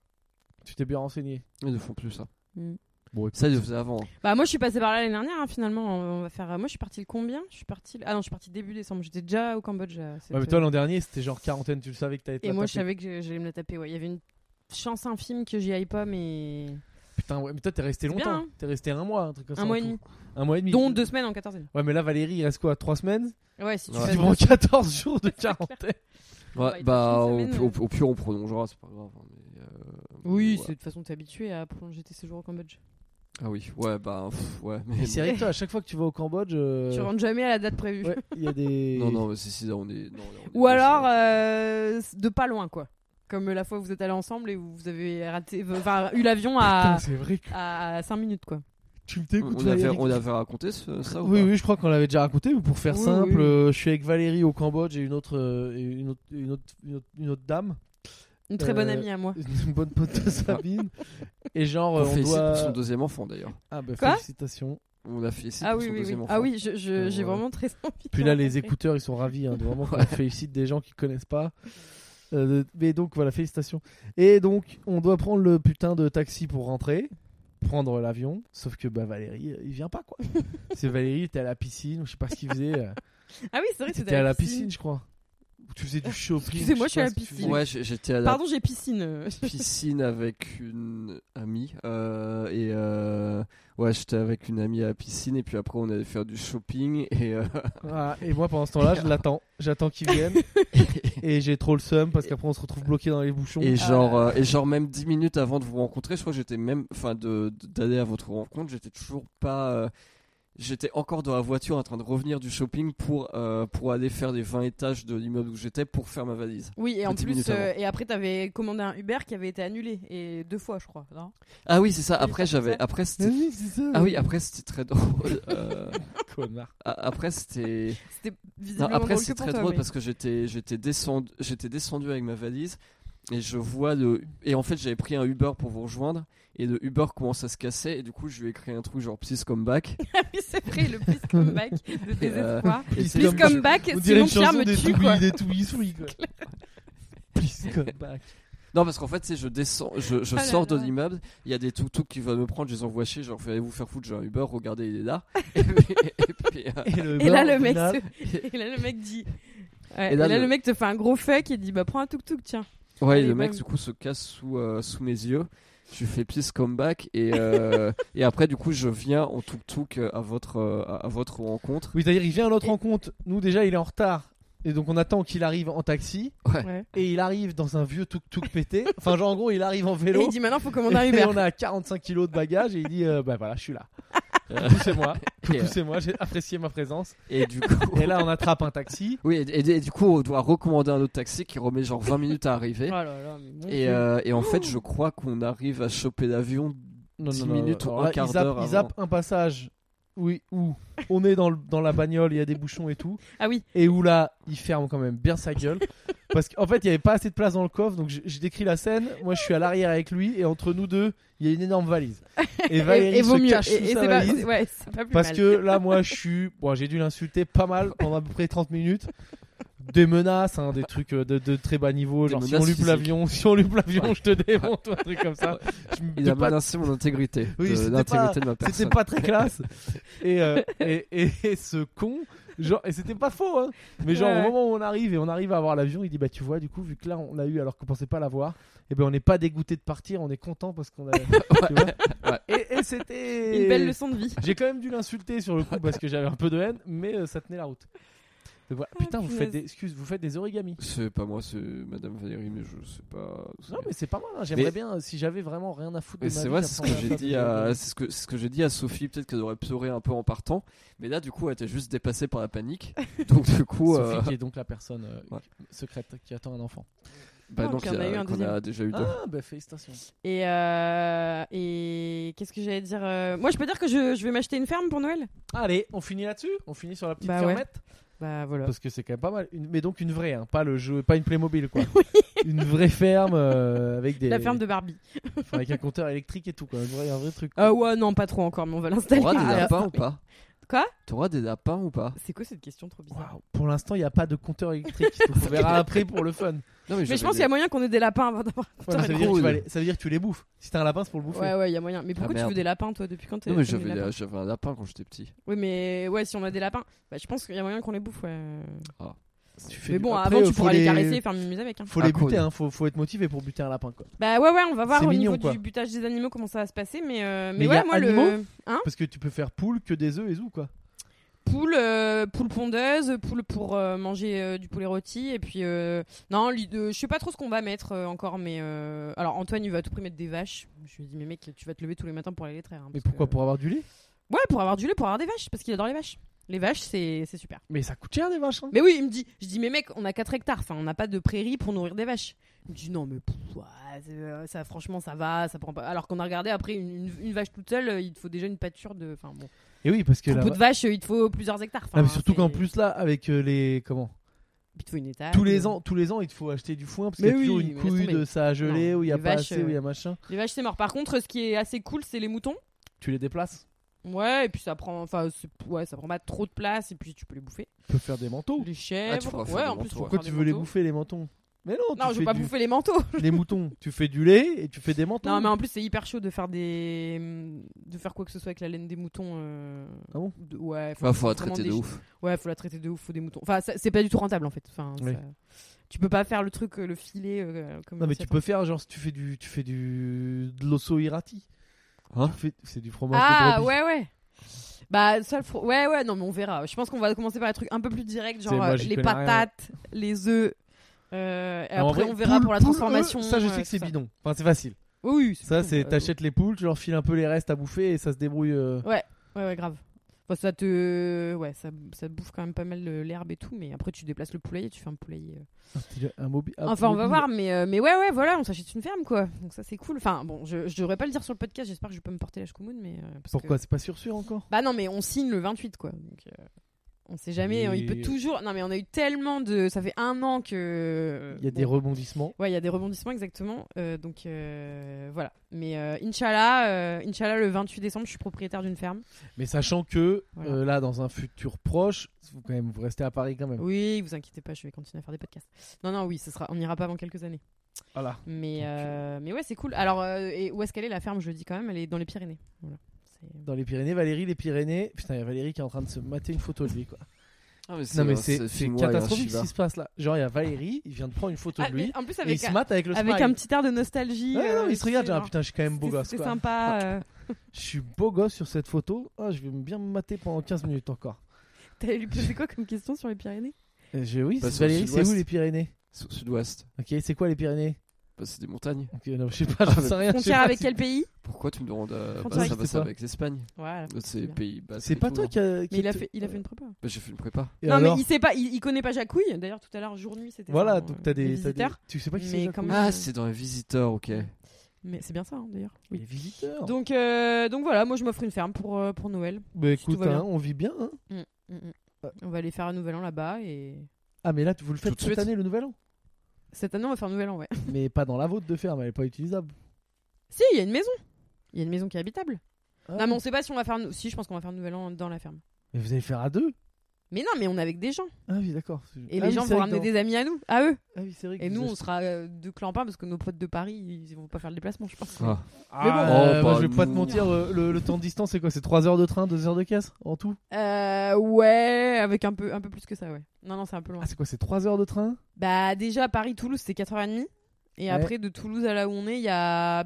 A: Tu t'es bien renseigné.
C: Ils ne font plus ça.
B: Mm.
A: Bon,
C: Ça, ils le faisaient avant.
B: Bah moi je suis passée par là l'année dernière hein, finalement. On va faire. euh, Moi je suis partie le combien Je suis partie. le- Ah non, je suis partie début décembre. J'étais déjà au Cambodge. euh, cette-
A: mais toi l'an dernier, c'était genre quarantaine, tu le savais que t'allais te
B: Et
A: la
B: moi je
A: taper.
B: savais que j'allais me la taper. Ouais, il y avait une chance infime que j'y aille pas, mais
A: Putain, ouais, mais toi t'es resté
B: C'est bien,
A: longtemps.
B: hein.
A: T'es resté un mois, un truc comme ça.
B: un
A: en
B: mois et
A: tout.
B: demi.
A: Un mois et demi.
B: Dont deux semaines en quatorzaine.
A: Ouais, mais là Valérie, il reste quoi 3 semaines
B: Ouais, si tu
C: Ouais.
B: fais
A: Tu prends 14 jours de quarantaine.
B: Bah,
C: Ouais,
B: ils
C: bah,
B: font
C: au,
B: une semaine,
C: au-
B: euh.
C: au pire, on prolongera, c'est pas grave. hein, mais, euh,
B: Oui,
C: ouais.
B: c'est de toute façon t'es habitué à prolonger tes séjours au Cambodge.
C: Ah oui, ouais, bah, pff, ouais. Mais...
A: Mais c'est vrai que toi, à chaque fois que tu vas au Cambodge, euh,
B: Tu rentres jamais à la date prévue.
A: ouais, il y a des.
C: Non, non, mais c'est si, là, on est. non, là, on est
B: Ou
C: dans-
B: alors euh, de pas loin quoi. Comme la fois où vous êtes allés ensemble et où vous avez raté, enfin eu l'avion
A: Putain,
B: à
A: c'est vrai que
B: à 5 minutes quoi.
A: tu me
C: On,
A: t'écoutes.
C: on avait,
A: Valérie.
C: on avait raconté ce- ça ou
A: Oui,
C: pas
A: oui, je crois qu'on l'avait déjà raconté. Ou pour faire
B: Oui,
A: simple,
B: oui.
A: euh, je suis avec Valérie au Cambodge et une autre, euh, et une autre, une autre, une autre, une autre dame,
B: Une très bonne
A: Euh,
B: amie à moi.
A: une bonne pote de Sabine. et genre,
C: On,
A: euh, on
C: félicite
A: doit.
C: pour son deuxième enfant d'ailleurs.
A: Ah bah,
B: Quoi
A: félicitations.
C: On l'a félicité
B: Ah
C: pour
B: oui,
C: son
B: oui, oui.
C: deuxième enfant.
B: Ah oui, je- je- j'ai
A: Euh,
B: vraiment très envie.
A: Puis
B: de
A: là, les
B: rencontrer.
A: écouteurs, ils sont ravis, hein, de vraiment qu'on félicite des gens qui connaissent pas. Euh, de- mais donc, voilà, félicitations. Et donc, on doit prendre le putain de taxi pour rentrer, prendre l'avion. Sauf que bah, Valérie, euh, il vient pas quoi. C'est Valérie, était à la piscine, ou je sais pas ce qu'il faisait. euh,
B: Ah oui, c'est vrai, c'était
A: T'étais à la piscine, je crois. Ou tu faisais du shopping.
B: Excusez-moi,
A: sais pas
B: je suis à la
A: ce que tu
B: piscine.
A: faisais.
C: Ouais, j'ai- j'étais à la
B: Pardon, j'ai piscine. euh.
C: piscine avec une amie euh, et euh, ouais j'étais avec une amie à la piscine et puis après on allait faire du shopping et euh,
A: Voilà, Ah, et moi, pendant ce temps-là, je l'attends. J'attends qu'il vienne. et j'ai trop le seum parce qu'après, on se retrouve bloqué dans les bouchons.
C: et
B: Ah.
C: genre euh, et genre même 10 minutes avant de vous rencontrer je crois que j'étais même enfin de de- d'aller à votre rencontre j'étais toujours pas euh, j'étais encore dans la voiture en train de revenir du shopping pour euh, pour aller faire les 20 étages de l'immeuble où j'étais pour faire ma valise
B: Oui, et en
C: Dix
B: plus,
C: minutes
B: euh, et après, t'avais commandé un Uber qui avait été annulé. Et deux fois, je crois. Non
C: ah oui c'est ça
B: T'as dû
C: après
B: faire
C: j'avais
B: ça
C: après
A: Ah
C: c'était
A: oui, c'est ça.
C: ah oui après c'était très drôle euh,
A: Connard.
C: a- après c'était
B: C'était
C: Non,
B: visiblement
C: après,
B: drôle que
C: c'est
B: pour
C: très
B: toi,
C: drôle
B: mais-
C: parce que j'étais j'étais descendu, j'étais descendu avec ma valise et je vois le. Et en fait, j'avais pris un Uber pour vous rejoindre et le Uber commence à se casser et du coup, je lui ai écrit un truc genre Please come back.
B: Ah oui, c'est vrai, le plus comeback de désespoir.
C: Et euh,
A: Please
C: c'est-
B: Plus
A: comme-
C: je-
B: comeback,
A: On dirait
B: sinon
A: une
B: Pierre
A: chanson
B: me
A: des
B: tue, quoi.
A: Toubis, des Toubis Free, quoi. Please come back.
C: Non, parce qu'en fait, c'est je descends, je, je
B: Ah là
C: sors de
B: là.
C: l'immeuble, il y a des toutous qui veulent me prendre, je les envoie chez, genre, allez vous faire foutre, j'ai un Uber, regardez, il est là. Et puis- et puis, euh,
A: le
B: Et là,
A: blanc,
B: le mec,
A: là,
B: se- et là, le mec dit. Ouais,
C: Et
B: et
C: là,
B: là,
C: le-
B: le mec te fait un gros fuck et dit Bah, prends un tuk-tuk, tiens.
C: Ouais,
B: Elle
C: le
B: est
C: mec
B: bonne.
C: du coup se casse sous, euh, sous mes yeux. Je lui fais please come back et, euh, et après du coup je viens en tuk tuk à votre euh, à à votre rencontre.
A: Oui, c'est-à-dire, il vient à notre rencontre. Nous, déjà, il est en retard. Et donc, on attend qu'il arrive en taxi.
C: Ouais.
B: Ouais.
A: Et il arrive dans un vieux tuk-tuk pété. Enfin, genre, en gros, il arrive en
B: Et
A: vélo.
B: il dit Maintenant, faut
A: et
B: commander un Uber.
A: on a 45 kilos de bagages. Et il dit, euh, bah voilà, je suis là. Coucou, c'est moi.
C: Et,
A: Coucou,
C: euh,
A: c'est moi. J'ai apprécié ma présence.
C: et du coup
A: Et là, on attrape un taxi.
C: oui et, et- et du coup on doit recommander un autre taxi qui remet genre 20 minutes à arriver.
B: Oh là là, mais bon
C: Et,
B: Dieu.
C: euh, et en fait je crois qu'on arrive à choper l'avion.
A: non,
C: Dix minutes ou
A: Alors
C: un
A: là,
C: quart
A: ils zappent-
C: d'heure
A: Ils
C: avant.
A: zappent un passage oui, où on est dans, le- dans la bagnole, il y a des bouchons et tout.
B: Ah oui,
A: Et où là, il ferme quand même bien sa gueule. parce qu'en fait, il n'y avait pas assez de place dans le coffre. Donc, je, je décris la scène. Moi, je suis à l'arrière avec lui. Et entre nous deux, il y a une énorme valise. Et Valérie
B: et, et
A: se
B: vaut mieux.
A: cache
B: Et,
A: sous
B: et c'est
A: sa
B: pas,
A: valise.
B: c'est- ouais, c'est pas plus
A: Parce
B: mal.
A: que là, moi, je suis. Bon, j'ai dû l'insulter pas mal pendant à peu près 30 minutes. Des menaces, hein, des trucs euh, de, de très bas niveau.
C: Des
A: Genre, si on
C: menaces
A: loupe
C: physiques.
A: l'avion, si on loupe l'avion, je te démonte, ou un truc comme ça. Je me-
C: Il
A: de
C: a
A: pas-
C: menacé mon intégrité,
A: Oui,
C: de-
A: c'était
C: l'intégrité de ma
A: c'était
C: personne.
A: pas très classe. Et, euh, et, et- et ce con, genre, et c'était pas faux, hein. Mais genre,
B: Ouais.
A: au moment où on arrive et on arrive à avoir l'avion, il dit, bah, tu vois, du coup, vu que là, on l'a eu alors qu'on pensait pas l'avoir, et ben, on n'est pas dégoûté de partir, on est content parce qu'on a. tu vois. Et, et c'était.
B: Une belle leçon de vie.
A: J'ai quand même dû l'insulter sur le coup parce que j'avais un peu de haine, mais euh, ça tenait la route. Donc voilà. Putain, vous
B: Ah, punaise.
A: faites des, excuse, vous faites des origamis.
C: C'est pas moi, c'est Madame Valérie, mais je sais pas.
A: Non, mais c'est pas mal. hein. J'aimerais
C: Mais-
A: bien, euh, si j'avais vraiment rien à foutre de
C: Mais
A: ma
C: c'est
A: vie,
C: vrai, c'est ce que
A: j'apprendrais
C: j'ai
A: à faire
C: dit
A: des
C: à,
A: origamis.
C: c'est ce que, c'est ce que j'ai dit à Sophie. Peut-être qu'elle aurait pleuré un peu en partant, mais là, du coup, elle était juste dépassée par la panique. Donc du coup,
A: Sophie,
C: euh,
A: qui est donc la personne euh,
C: Ouais.
A: secrète qui attend un enfant.
C: bah
B: Oh,
C: non,
B: puis
C: qu'il y
B: on a eu un
C: qu'on
B: deuxième.
C: a déjà eu deux.
A: Ah, bah félicitations.
B: Et, euh, et qu'est-ce que j'allais dire euh, Moi, je peux dire que je, je vais m'acheter une ferme pour Noël
A: Allez, on finit là-dessus On finit sur la petite
B: Bah ouais.
A: fermette
B: Bah voilà.
A: Parce que c'est quand même pas mal. Une- mais donc une vraie, hein, pas le jeu, pas une Playmobil quoi. une vraie ferme euh, avec des.
B: La ferme de Barbie.
A: enfin, avec un compteur électrique et tout quoi. Une vraie- un vrai truc.
B: Ah ouais, non, pas trop encore, mais on va l'installer.
C: T'auras des
B: Ah,
C: lapins ou pas
B: Quoi
C: T'auras des lapins ou pas
B: C'est quoi cette question trop bizarre
A: Waouh, Pour l'instant, il n'y a pas de compteur électrique. Donc, on verra après pour le fun.
C: Non,
B: Mais je pense qu'il y a moyen qu'on ait des lapins avant d'avoir un
A: Voilà,
B: compteur
A: ça, veut
B: électrique.
A: dire que tu
C: Cool.
A: vas les- ça veut dire que tu les bouffes. Si t'as un lapin, c'est pour le bouffer.
B: Ouais, ouais, il y a moyen. Mais
A: Ah,
B: pourquoi tu
C: merde.
B: veux des lapins, toi, depuis quand t'es.
C: Non, mais
B: t'aimes les
C: j'avais
B: lapins
C: j'avais un lapin quand j'étais petit.
B: Oui, mais ouais, si on a des lapins, bah, je pense qu'il y a moyen qu'on les bouffe, ouais.
A: Tu fais
B: Mais
A: du-
B: bon,
A: après,
B: avant,
A: euh,
B: tu
A: faut
B: pourras les caresser et faire mimuse avec. hein.
A: Faut les
C: Ah, cool.
A: buter, hein, faut, faut être motivé pour buter un lapin quoi.
B: Bah ouais, ouais, on va voir
A: C'est
B: au
A: mignon,
B: niveau
A: quoi.
B: du butage des animaux comment ça va se passer, mais euh,
A: Mais
B: mais
A: y a
B: ouais, moi,
A: animaux
B: le. Hein
A: Parce que tu peux faire poule que des œufs et zou quoi.
B: Poule, euh, poule pondeuse, poule pour euh, manger euh, du poulet rôti, et puis. euh, Non, l'idée- je sais pas trop ce qu'on va mettre euh, encore, mais. euh, Alors, Antoine, il va à tout prix mettre des vaches. Je lui ai dit, mais mec, tu vas te lever tous les matins pour aller les traire. hein,
A: Mais
B: parce
A: pourquoi
B: que-
A: Pour avoir du lait
B: Ouais, pour avoir du lait, pour avoir des vaches, parce qu'il adore les vaches. Les vaches, c'est c'est super.
A: Mais ça coûte cher des vaches. hein.
B: Mais oui, il me dit, je dis, mais mec, on a 4 hectares, enfin, on n'a pas de prairie pour nourrir des vaches. Il me dit, non, mais pff, ouais, c'est, euh, ça, franchement, ça va, ça prend pas. Alors qu'on a regardé, après, une, une- une vache toute seule, euh, il te faut déjà une pâture de. Enfin, bon.
A: Et oui, parce que
B: Pour
A: là.
B: peu de vaches, euh, il te faut plusieurs hectares. enfin,
A: Ah, mais surtout
B: c'est-
A: qu'en plus là, avec euh, les comment
B: Il te faut une étale. euh,
A: tous les ans, tous les ans, il te faut acheter du foin parce qu'il y a
B: Ah, Mais oui,
A: toujours une
B: mais laisse
A: couille
B: tomber.
A: de ça à geler
B: Non,
A: où il y a
B: les
A: pas
B: vaches,
A: assez, où il y a
B: euh,
A: machin.
B: Les vaches, c'est mort. Par contre, ce qui est assez cool, c'est les moutons.
A: Tu les déplaces.
B: Ouais, et puis ça prend. Enfin, c'est- ouais, ça prend pas trop de place, et puis tu peux les bouffer.
A: Tu peux faire des manteaux.
B: Les chèvres.
C: pourras faire
B: ouais,
C: Ah, des
B: en plus,
C: manteaux,
B: tu
C: ouais.
B: pourras
A: Pourquoi
B: faire
A: tu
B: des
A: veux les
B: manteaux.
A: bouffer les mentons Mais non,
B: Non,
A: tu
B: je
A: fais
B: veux pas
A: du-
B: bouffer les manteaux.
A: les moutons. Tu fais du lait et tu fais des mentons.
B: Non, mais en plus, c'est hyper chaud de faire des. de faire quoi que ce soit avec la laine des moutons. euh,
A: Ah bon
B: de- Ouais,
C: Ouais, Bah, faut la
B: vraiment
C: traiter de
B: des-
C: ouf.
B: Ouais, faut la traiter de ouf, faut des moutons. Enfin, ça- c'est pas du tout rentable en fait. Enfin,
A: Oui.
B: ça- Tu peux pas faire le truc, euh, le filet. euh, comme
A: Non, mais tu
B: assiette.
A: peux faire genre si tu fais du tu fais du de l'osso irati.
C: Hein
A: Tu fais- c'est du fromage de
B: Ah,
A: brebis.
B: ouais, ouais. Bah, ça, le fro- ouais, ouais, non, mais on verra. Je pense qu'on va commencer par des trucs un peu plus directs, genre
A: C'est- moi,
B: euh,
A: j'y
B: les
A: connais rien.
B: patates, les œufs. euh, et
A: Non, en
B: après,
A: vrai,
B: on verra
A: poule-
B: pour la
A: poule, eux,
B: transformation.
A: ça, je
B: euh,
A: sais que c'est
B: tout ça.
A: bidon. Enfin, c'est facile.
B: Oui, oui,
A: Ça,
B: bon,
A: c'est
B: bah,
A: t'achètes les poules, tu leur files un peu les restes à bouffer et ça se débrouille. euh.
B: Ouais, ouais, grave. Enfin, ça te. Ouais, ça, ça bouffe quand même pas mal euh, l'herbe et tout, mais après, tu déplaces le poulailler, tu fais un poulailler. euh.
A: Ah, Un mobi- un
B: Enfin, on va
A: mobile.
B: voir, mais, euh, mais ouais, ouais, voilà, on s'achète une ferme, quoi. Donc, ça, c'est cool. Enfin, bon, je, je devrais pas le dire sur le podcast, j'espère que je peux me porter la choucoumoune, mais. euh, parce
A: Pourquoi
B: que-
A: c'est pas sûr sûr encore
B: Bah, non, mais on signe le 28, quoi. Donc, euh, on sait jamais, hein, il peut
A: Et-
B: toujours. Non, mais on a eu tellement de. Ça fait un an que.
A: Il y a des
B: Bon.
A: rebondissements.
B: Ouais, il y a des rebondissements exactement. Euh, donc euh, voilà. Mais euh, Inch'Allah, euh, Inch'Allah, le 28 décembre, je suis propriétaire d'une ferme.
A: Mais sachant que
B: Voilà.
A: euh, là, dans un futur proche, vous, quand même, vous restez à Paris quand même.
B: Oui, vous inquiétez pas, je vais continuer à faire des podcasts. Non, non, oui, ce sera, on n'ira pas avant quelques années.
A: Voilà.
B: Mais,
A: Donc,
B: euh, mais ouais, c'est cool. Alors, euh, et où est-ce qu'elle est la ferme Je le dis quand même, elle est dans les Pyrénées. Voilà. C'est- euh,
A: Dans les Pyrénées, Valérie, les Pyrénées. Putain, il y a Valérie qui est en train de se mater une photo de lui. Quoi.
C: Non, mais
A: Non, mais c'est c'est
C: filmois et un
A: catastrophique ce
C: Shiva.
A: qui se passe là. Genre, il y a Valérie, il vient de prendre une photo
B: Ah,
A: de
B: mais
A: lui
B: en plus,
A: et il
B: avec,
A: se mate avec le
B: avec
A: smile.
B: un petit air de nostalgie.
A: Ouais, non,
B: euh,
A: il se regarde,
B: c'est-
A: genre, putain, je suis quand même beau
B: c'était-
A: gosse.
B: C'était
A: quoi. Ah.
B: sympa. euh,
A: Je suis beau gosse sur cette photo. Ah, je vais bien me mater pendant 15 minutes encore.
B: T'allais lui poser quoi comme question sur les Pyrénées
A: Et je- oui,
C: Bah,
A: c'est-
C: c'est au
A: Valérie, c'est où
C: sud-ouest.
A: les Pyrénées
C: C'est au sud-ouest.
A: Ok, c'est quoi les Pyrénées
C: Bah, c'est des montagnes.
A: Ok, non, je sais pas, j'en sais rien. je sais
B: Frontière
A: pas
B: avec
A: si-
B: quel pays
C: Pourquoi tu me demandes euh,
B: Frontière
A: avec-
C: bah, ça va,
A: Je sais
C: ça
A: pas.
C: va avec l'espègne
B: Voilà.
C: C'est
B: bien.
C: pays basque
A: C'est
C: et
A: pas
C: tout,
A: toi
C: hein.
A: qui a. qui
B: Mais il a
A: te-
B: fait, il a fait une prépa.
C: Bah, j'ai fait une prépa.
A: Et
B: non,
A: alors
B: mais il sait pas, il, il connaît pas Jacouille. D'ailleurs, tout à l'heure, jour-nuit, c'était.
A: Voilà,
B: son, euh,
A: donc t'as des. t'as des-
B: visiteurs.
A: Tu sais pas qui
B: Mais
A: c'est
B: quand
A: Jacob
B: même- euh,
C: Ah, c'est dans les visiteurs, ok.
B: Mais c'est bien ça, hein, d'ailleurs.
A: Les
B: Oui.
A: visiteurs.
B: Donc, euh, donc voilà, moi je m'offre une ferme pour, euh, pour Noël.
A: Bah
B: tout
A: écoute,
B: va bien.
A: hein, on vit bien. hein.
B: Mm, mm. On va aller faire un nouvel an là-bas et.
A: Ah, mais là, tu- vous le faites
C: Tout de
A: cette
C: suite.
A: année, le nouvel an
B: Cette année, on va faire un nouvel an, ouais.
A: Mais pas dans la vôtre de ferme, elle est pas utilisable.
B: si, il y a une maison. Il y a une maison qui est habitable.
A: Ah.
B: Non, mais on sait pas si on va faire. un- Si, je pense qu'on va faire un nouvel an dans la ferme.
A: Mais vous allez faire à deux
B: Mais non, mais on est avec des gens.
A: Ah oui, d'accord.
B: Et
A: Ah
B: les
A: oui,
B: gens
A: c'est vrai
B: vont
A: que
B: ramener
A: dans-
B: des amis à nous, à eux.
A: Ah oui, c'est vrai. que
B: Et
A: vous
B: nous, on
A: achetez-
B: sera euh, de clampins parce que nos potes de Paris, ils vont pas faire le déplacement, je pense.
C: Ah.
A: Ah, mais bon,
C: Ah,
A: euh,
C: oh,
A: moi,
C: bah,
A: je vais pas te
C: nous.
A: mentir, euh, le, le temps de distance, c'est quoi C'est 3 heures de train, 2 heures de caisse en tout
B: Euh, ouais, avec un peu, un peu plus que ça, ouais. Non, non, c'est un peu loin.
A: Ah, c'est quoi C'est 3 heures de train
B: Bah déjà Paris-Toulouse c'est 4h30 et
A: Ouais.
B: après de Toulouse à là où on est il y a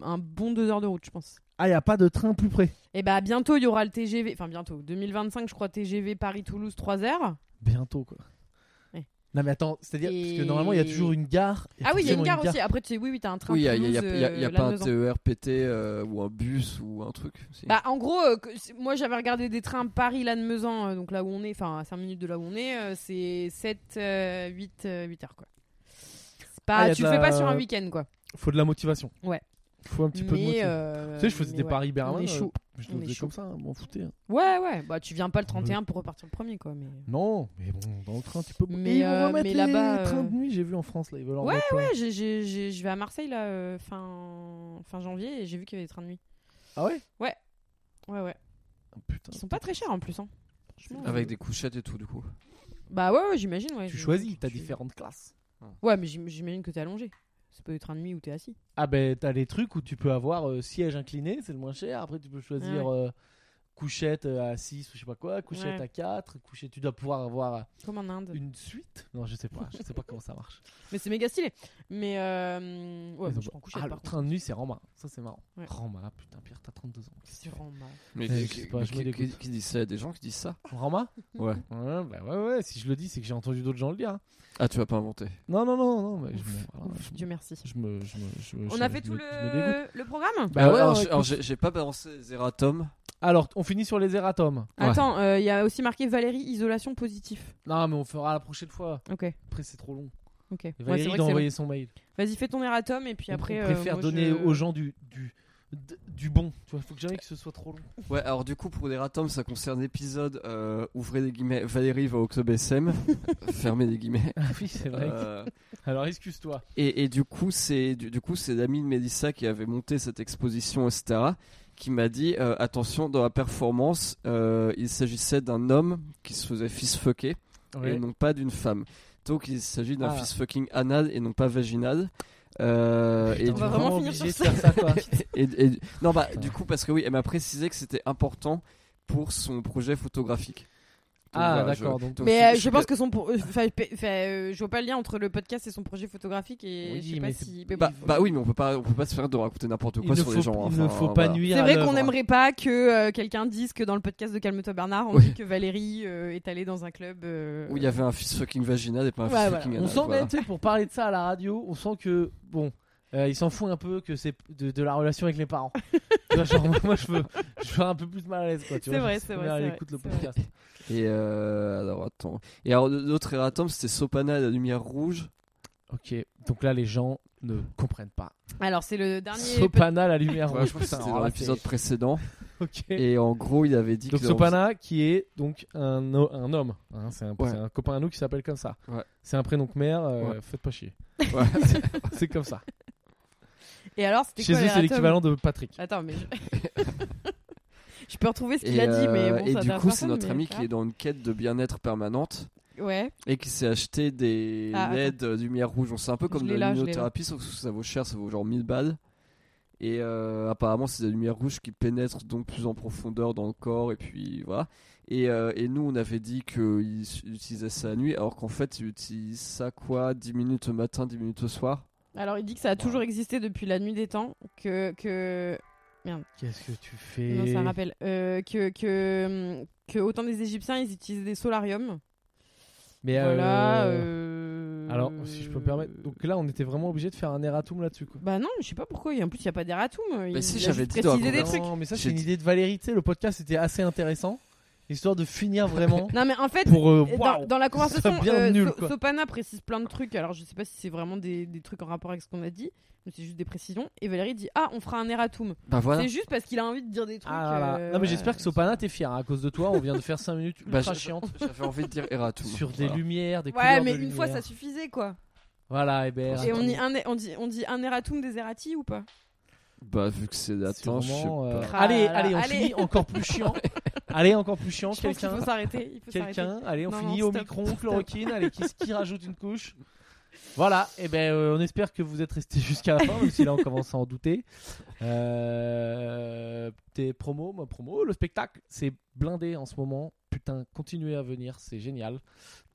B: un bon 2 heures de route je pense.
A: Ah, y a pas de train plus près.
B: Eh Et bah bientôt il y aura le TGV, enfin bientôt, 2025 je crois TGV Paris-Toulouse 3 heures
A: bientôt quoi.
B: Ouais.
A: Non mais attends, c'est-à-dire
B: Et-
A: parce que normalement il y a toujours une gare.
B: Ah oui, il y a une
A: forcément
B: gare aussi. Après, tu sais, oui, oui, t'as un train.
C: Oui, il n'y a,
B: Toulouse,
C: y a- y a- y a
B: euh,
C: pas un
B: Lannemezan.
C: TERPT euh, ou un bus ou un truc. si.
B: Bah, en gros, euh, que- c'est- moi j'avais regardé des trains Paris-Lannemezan, euh, donc là où on est, enfin à 5 minutes de là où on est, euh, c'est 7, euh, 8, euh, 8 heures quoi. C'est Pas,
A: Ah, y a
B: tu
A: de
B: le fais
A: la-
B: pas sur un week-end quoi.
A: Faut de la motivation.
B: Ouais.
A: Faut un petit peu de
B: Mais,
A: motivation.
B: euh,
A: tu sais, je faisais
B: mais
A: des euh.
B: ouais.
A: paris
B: On
A: Berlin.
B: est chaud.
A: je
B: On
A: le
B: est
A: faisais
B: chaud.
A: comme ça, hein, m'en foutais. hein.
B: Ouais, ouais, bah tu viens pas le
A: Mm.
B: 31 pour repartir le premier quoi. Mais...
A: Non, mais bon, dans le train tu peux.
B: Mais,
A: Et ils vont
B: euh,
A: remettre
B: mais
A: les
B: là-bas, euh,
A: trains de nuit. J'ai vu en France là, ils veulent en
B: Ouais,
A: remettre plein.
B: Ouais, j'ai- j'ai- j'ai- je vais à Marseille là, euh, fin... fin janvier, et j'ai vu qu'il y avait des trains de nuit.
A: Ah ouais.
B: Ouais, ouais.
A: Ah, putain.
B: Ils sont pas très chers en plus. Hein. Franchement,
C: Avec
B: euh,
C: des couchettes et tout, du coup.
B: Bah ouais, ouais, j'imagine. Ouais,
A: Tu
B: j'imagine
A: choisis,
B: que
A: t'as
B: tu-
A: différentes classes.
B: Ouais, mais j'im- j'imagine que t'es allongé. C'est pas des trains de nuit où t'es assis.
A: Ah ben t'as les trucs où tu peux avoir euh, siège incliné, c'est le moins cher. Après tu peux choisir
B: Ah
A: euh, couchette euh, à 6 ou je sais pas quoi, couchette
B: Ouais.
A: à 4, couchette. Tu dois pouvoir avoir
B: Comme en Inde.
A: une suite. Non je sais pas, je sais pas comment ça marche.
B: Mais c'est méga stylé. Mais euh...
A: Mais
B: ouais, moi,
A: donc,
B: je prends couchette
A: ah, le
B: par contre.
A: train de nuit c'est Rama, ça c'est marrant.
B: Ouais.
A: Rama, putain Pierre t'as 32 ans. qu'est-ce que tu
B: C'est
A: fais
B: vraiment mal.
C: Mais
A: Ouais,
C: qui-
A: je sais
C: qui-
A: pas, je me
C: qui,
A: dégoûte.
C: qui- qui dit ça Il y a des gens qui disent ça
A: Rama
C: Ouais.
A: Ouais, bah ouais, ouais, si je le dis c'est que j'ai entendu d'autres gens le dire. hein.
C: Ah, tu vas pas inventer.
A: Non non non non, mais je me, voilà,
B: Ouf,
A: je me-
B: Dieu merci.
A: je me, je me- je me-
B: On
A: je
B: a
A: me-
B: fait
A: je
B: tout
A: me- je me dégoûte.
B: le, le programme
A: Bah ouais,
C: Euh, alors,
A: ouais,
C: je- alors, j'ai j'ai pas balancé Zeratom.
A: Alors on finit sur les erratums.
C: Ouais.
B: Attends, euh, il y a aussi marqué Valérie isolation positif.
A: Non mais on fera la prochaine fois.
B: Ok,
A: Après c'est trop long.
B: ok. Ouais,
A: Et
B: c'est
A: Valérie
B: vrai
A: doit
B: que c'est long.
A: envoyer son mail.
B: Vas-y, fais ton erratum et puis
A: On-
B: après.
A: on
B: euh,
A: préfère
B: moi,
A: donner
B: je-
A: aux gens du, du, d- du bon. Tu vois, faut que jamais que ce soit trop long.
C: Ouais, alors du coup, pour Zeratom, ça concerne l'épisode euh, Ouvrez les guillemets, Valérie va au club SM. Fermez les guillemets.
A: Ah oui, c'est
C: Euh,
A: Alors excuse-toi.
C: Et, et du coup, c'est du, du coup c'est l'ami de Mélissa qui avait monté cette exposition, etc., qui m'a dit euh, attention, dans la performance, euh, il s'agissait d'un homme qui se faisait fist-fucker et non pas d'une femme. Donc il s'agit d'un
A: Ah.
C: fist-fucking anal et non pas vaginal. Euh, et
A: Putain,
B: on
C: du
B: va
C: coup-
B: vraiment finir
A: obligé
B: sur
A: de faire ça, quoi.
C: et, et- non, bah,
A: Putain.
C: du coup, parce que oui, elle m'a précisé que c'était important pour son projet photographique. Donc,
A: ah
C: voilà, je-
A: d'accord. Donc
C: donc,
B: Mais euh, je,
C: suis
B: pense que son. pro- euh, enfin, pe- enfin, euh, je vois pas le lien entre le podcast et son projet photographique et
A: Oui,
B: je sais
A: mais
B: pas
A: c'est-
B: si. mais
C: Bah,
B: bon.
C: bah oui, mais on peut pas, on peut pas se faire de raconter n'importe
A: il ne
C: quoi sur
A: faut,
C: les gens.
A: il
C: enfin, hein,
A: ne faut pas
C: voilà.
A: nuire.
B: C'est
A: à
B: vrai qu'on
A: l'œuvre.
B: n'aimerait pas que euh, quelqu'un dise que dans le podcast de Calme-toi Bernard, on
C: Oui.
B: dit que Valérie euh, est allée dans un club. euh,
C: Où il y avait un fist fucking vaginal et pas un
B: Ouais,
C: fist
B: voilà.
C: Ah, fucking
A: On
C: anal,
A: sent
C: voilà.
A: même, tu sais, pour parler de ça à la radio, on sent que bon, euh, ils s'en foutent un peu que c'est de, de la relation avec les parents. tu vois, genre, moi je veux, je veux un peu plus mal à l'aise. quoi, tu
B: C'est
A: vois,
B: vrai,
A: je sais
B: c'est
A: combien
B: vrai,
A: elle
B: c'est
A: écoute le
B: vrai, c'est
A: podcast.
C: Et euh, alors attends. Et alors l'autre erratum c'était Sopana et la lumière rouge.
A: Ok, donc là les gens ne comprennent pas.
B: Alors, c'est le dernier.
A: Sopana, la lumière
C: Ouais,
A: rouge.
C: je crois
A: Ah, Putain,
C: que c'était
A: alors
C: dans
A: là,
C: l'épisode précédent.
A: c'est- Ok.
C: Et en gros, il avait dit
A: Donc
C: que
A: Sopana qui est donc un, o- un homme, hein, c'est un,
C: Ouais.
A: c'est un copain à nous qui s'appelle comme ça.
C: Ouais.
A: C'est un prénom mère, euh,
C: Ouais.
A: faites pas chier.
C: Ouais.
A: c'est comme ça.
B: Et alors, c'était
A: Chez
B: quoi
A: eux c'est
B: l'erratum
A: l'équivalent de Patrick.
B: Attends, mais je... je peux retrouver ce qu'il
C: Et,
B: a dit, mais
C: euh,
B: bon,
C: et
B: ça
C: du
B: intéresse
C: coup, c'est
B: personne,
C: notre
B: mais
C: ami
B: voilà.
C: qui est dans une quête de bien-être permanente
B: Ouais.
C: et qui s'est acheté des
B: Ah,
C: LED euh, lumière rouge. On sait un peu comme
B: Je
C: de
B: l'ai là, je
C: la
B: l'ai là.
C: luminothérapie, sauf que ça vaut cher, ça vaut genre 1000 balles. Et euh, apparemment, c'est des lumières rouges qui pénètrent donc plus en profondeur dans le corps, et puis voilà. Et, euh, et nous, on avait dit qu'il s- utilisait ça la nuit, alors qu'en fait, il utilise ça quoi 10 minutes le matin, 10 minutes le soir
B: Alors, il dit que ça a toujours existé depuis la nuit des temps, que. que...
A: Qu'est-ce que tu fais
B: Non, ça rappelle. Euh, que, que, mm, que autant des Égyptiens, ils utilisaient des solariums.
A: Mais
B: voilà.
A: euh,
B: euh,
A: alors si je peux me permettre, donc là on était vraiment obligé de faire un erratum là-dessus quoi.
B: Bah non, je sais pas pourquoi. Et En plus, il n'y a pas d'erratum.
A: Bah
B: il
C: si,
B: a
C: j'avais
B: juste
C: dit dans la
B: précisé des
C: conversation.
B: trucs.
A: Non, mais ça c'est
C: J'ai
A: une
C: dit-
A: idée de Valérie, tu sais, le podcast était assez intéressant, histoire de finir vraiment
B: Non, mais en fait,
A: pour euh,
B: Euh,
A: waouh.
B: Dans, dans la
A: serait
B: conversation,
A: bien
B: euh,
A: nul,
B: So-
A: quoi.
B: Sopana précise plein de trucs. Alors, je sais pas si c'est vraiment des, des trucs en rapport avec ce qu'on a dit, mais c'est juste des précisions. Et Valérie dit Ah, on fera un erratum.
C: Bah voilà.
B: C'est juste parce qu'il a envie de dire des trucs.
A: Ah, là, là.
B: euh,
A: Non mais
B: ouais.
A: j'espère que Sopana t'es fier hein, à cause de toi, on vient de faire 5 minutes
C: Bah,
A: ultra
C: je-
A: chiantes
C: J'avais envie de dire Eratum.
A: sur des lumières, des couleurs
B: Ouais, mais
A: de
B: une fois
A: lumière.
B: ça suffisait quoi.
A: Voilà, et ben,
B: Et on
A: attends.
B: dit un, on dit, on dit un erratum des errati ou pas
C: Bah vu que c'est
A: C'est
C: latin, je sais
A: vraiment, euh,
C: pas.
B: pas.
A: Allez,
B: Ah là là,
A: allez, on
B: allez.
A: finit encore plus chiant. allez, encore plus chiant.
B: Je pense qu'il
A: Quelqu'un,
B: faut s'arrêter. Il faut s'arrêter.
A: quelqu'un. Allez, on
B: Non,
A: finit
B: non,
A: au
B: stop,
A: micron,
B: stop.
A: chloroquine. Allez, qui, qui rajoute une couche Voilà. Et ben, euh, on espère que vous êtes restés jusqu'à la fin, même si là on commence à en douter. Euh, tes promos, ma promo, le spectacle, c'est blindé en ce moment. putain, continuez à venir, c'est génial.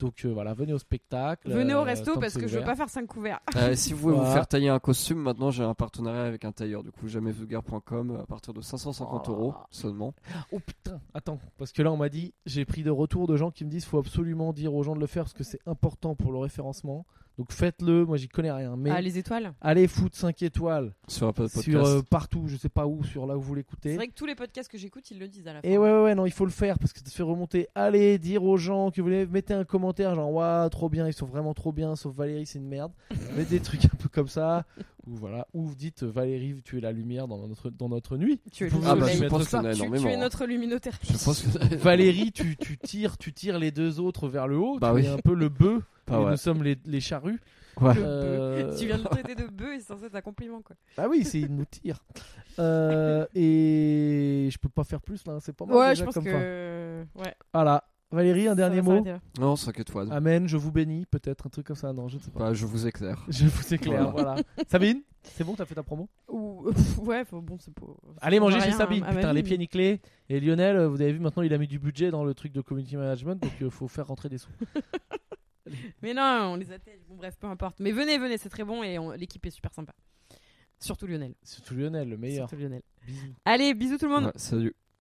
A: Donc euh, voilà, venez au spectacle.
B: Venez
A: euh,
B: au resto
A: tant
B: parce
A: c'est
B: que je veux
A: ouvert.
B: pas faire 5 couverts.
C: Euh, si vous voulez vous
A: Voilà.
C: faire tailler un costume, maintenant j'ai un partenariat avec un tailleur. Du coup, jamaisvulgaire.com euh, à partir de
A: Ah.
C: 550 euros seulement.
A: Oh putain, attends, parce que là on m'a dit, j'ai pris de retour de gens qui me disent faut absolument dire aux gens de le faire parce que c'est important pour le référencement. Donc faites-le, moi j'y connais rien. Mais
B: Ah, les étoiles.
A: allez foutre 5 étoiles
C: Sur un podcast.
A: sur euh, partout, je sais pas où, sur là où vous
B: C'est
A: l'écoutez.
B: vrai que tous les podcasts que j'écoute, ils le disent à la fin.
A: Et ouais, ouais, ouais, non, il faut le faire parce que ça te fait remonter. Allez, dire aux gens que vous voulez, mettez un commentaire genre, waouh, trop bien, ils sont vraiment trop bien, sauf Valérie, c'est une merde. Mettez des trucs un peu comme ça, ou voilà, ou vous dites, euh, Valérie, tu es la lumière dans notre, dans notre nuit.
B: Tu es
A: Vous
B: le
A: pouvez
C: Ah
A: aussi
C: bah,
B: soleil.
C: je
A: mettre
C: pense
A: ça.
C: qu'on a
B: Tu- tu,
C: énormément.
B: es
C: hein.
B: notre luminothérapie.
C: Je pense que.
A: Valérie, tu, tu tires, tu tires les deux autres vers le haut,
C: Bah
A: tu
C: oui.
A: es un peu le bœuf,
C: Ah
A: et
C: ouais.
A: nous sommes les, les charrues.
C: Ouais.
B: Le
A: Euh,
B: bœuf. Tu viens de le traiter de bœuf et c'est censé être un compliment quoi.
A: Bah oui, c'est il nous tire. Euh, et je peux pas faire plus là, hein, c'est pas mal.
B: Ouais,
A: déjà
B: je pense
A: comme fin.
B: que. euh, Ouais.
A: Voilà. Valérie, un dernier mot.
C: Non, 5 étoiles.
A: Amen, je vous bénis, peut-être un truc comme ça. Non, je ne sais Mm. pas.
C: Bah, je vous éclaire.
A: Je vous éclaire, voilà. Sabine, c'est bon, t'as fait ta promo
B: Ou... euh, Ouais, faut- bon, c'est pas.
A: Allez manger
B: Rien hein, ah bah
A: chez Sabine,
B: à ma
A: putain,
B: vie,
A: les
B: mais-
A: pieds nickelés. Et Lionel, euh, vous avez vu maintenant, il a mis du budget dans le truc de community management, donc il faut faire rentrer des sous.
B: Mais non, on les attelle. Bon, bref, peu importe. Mais venez, venez, c'est très bon et on- l'équipe est super sympa. Surtout Lionel.
A: Surtout Lionel, le meilleur.
B: Surtout Lionel.
A: Bisous.
B: Allez, bisous tout le monde.
C: Ouais, salut.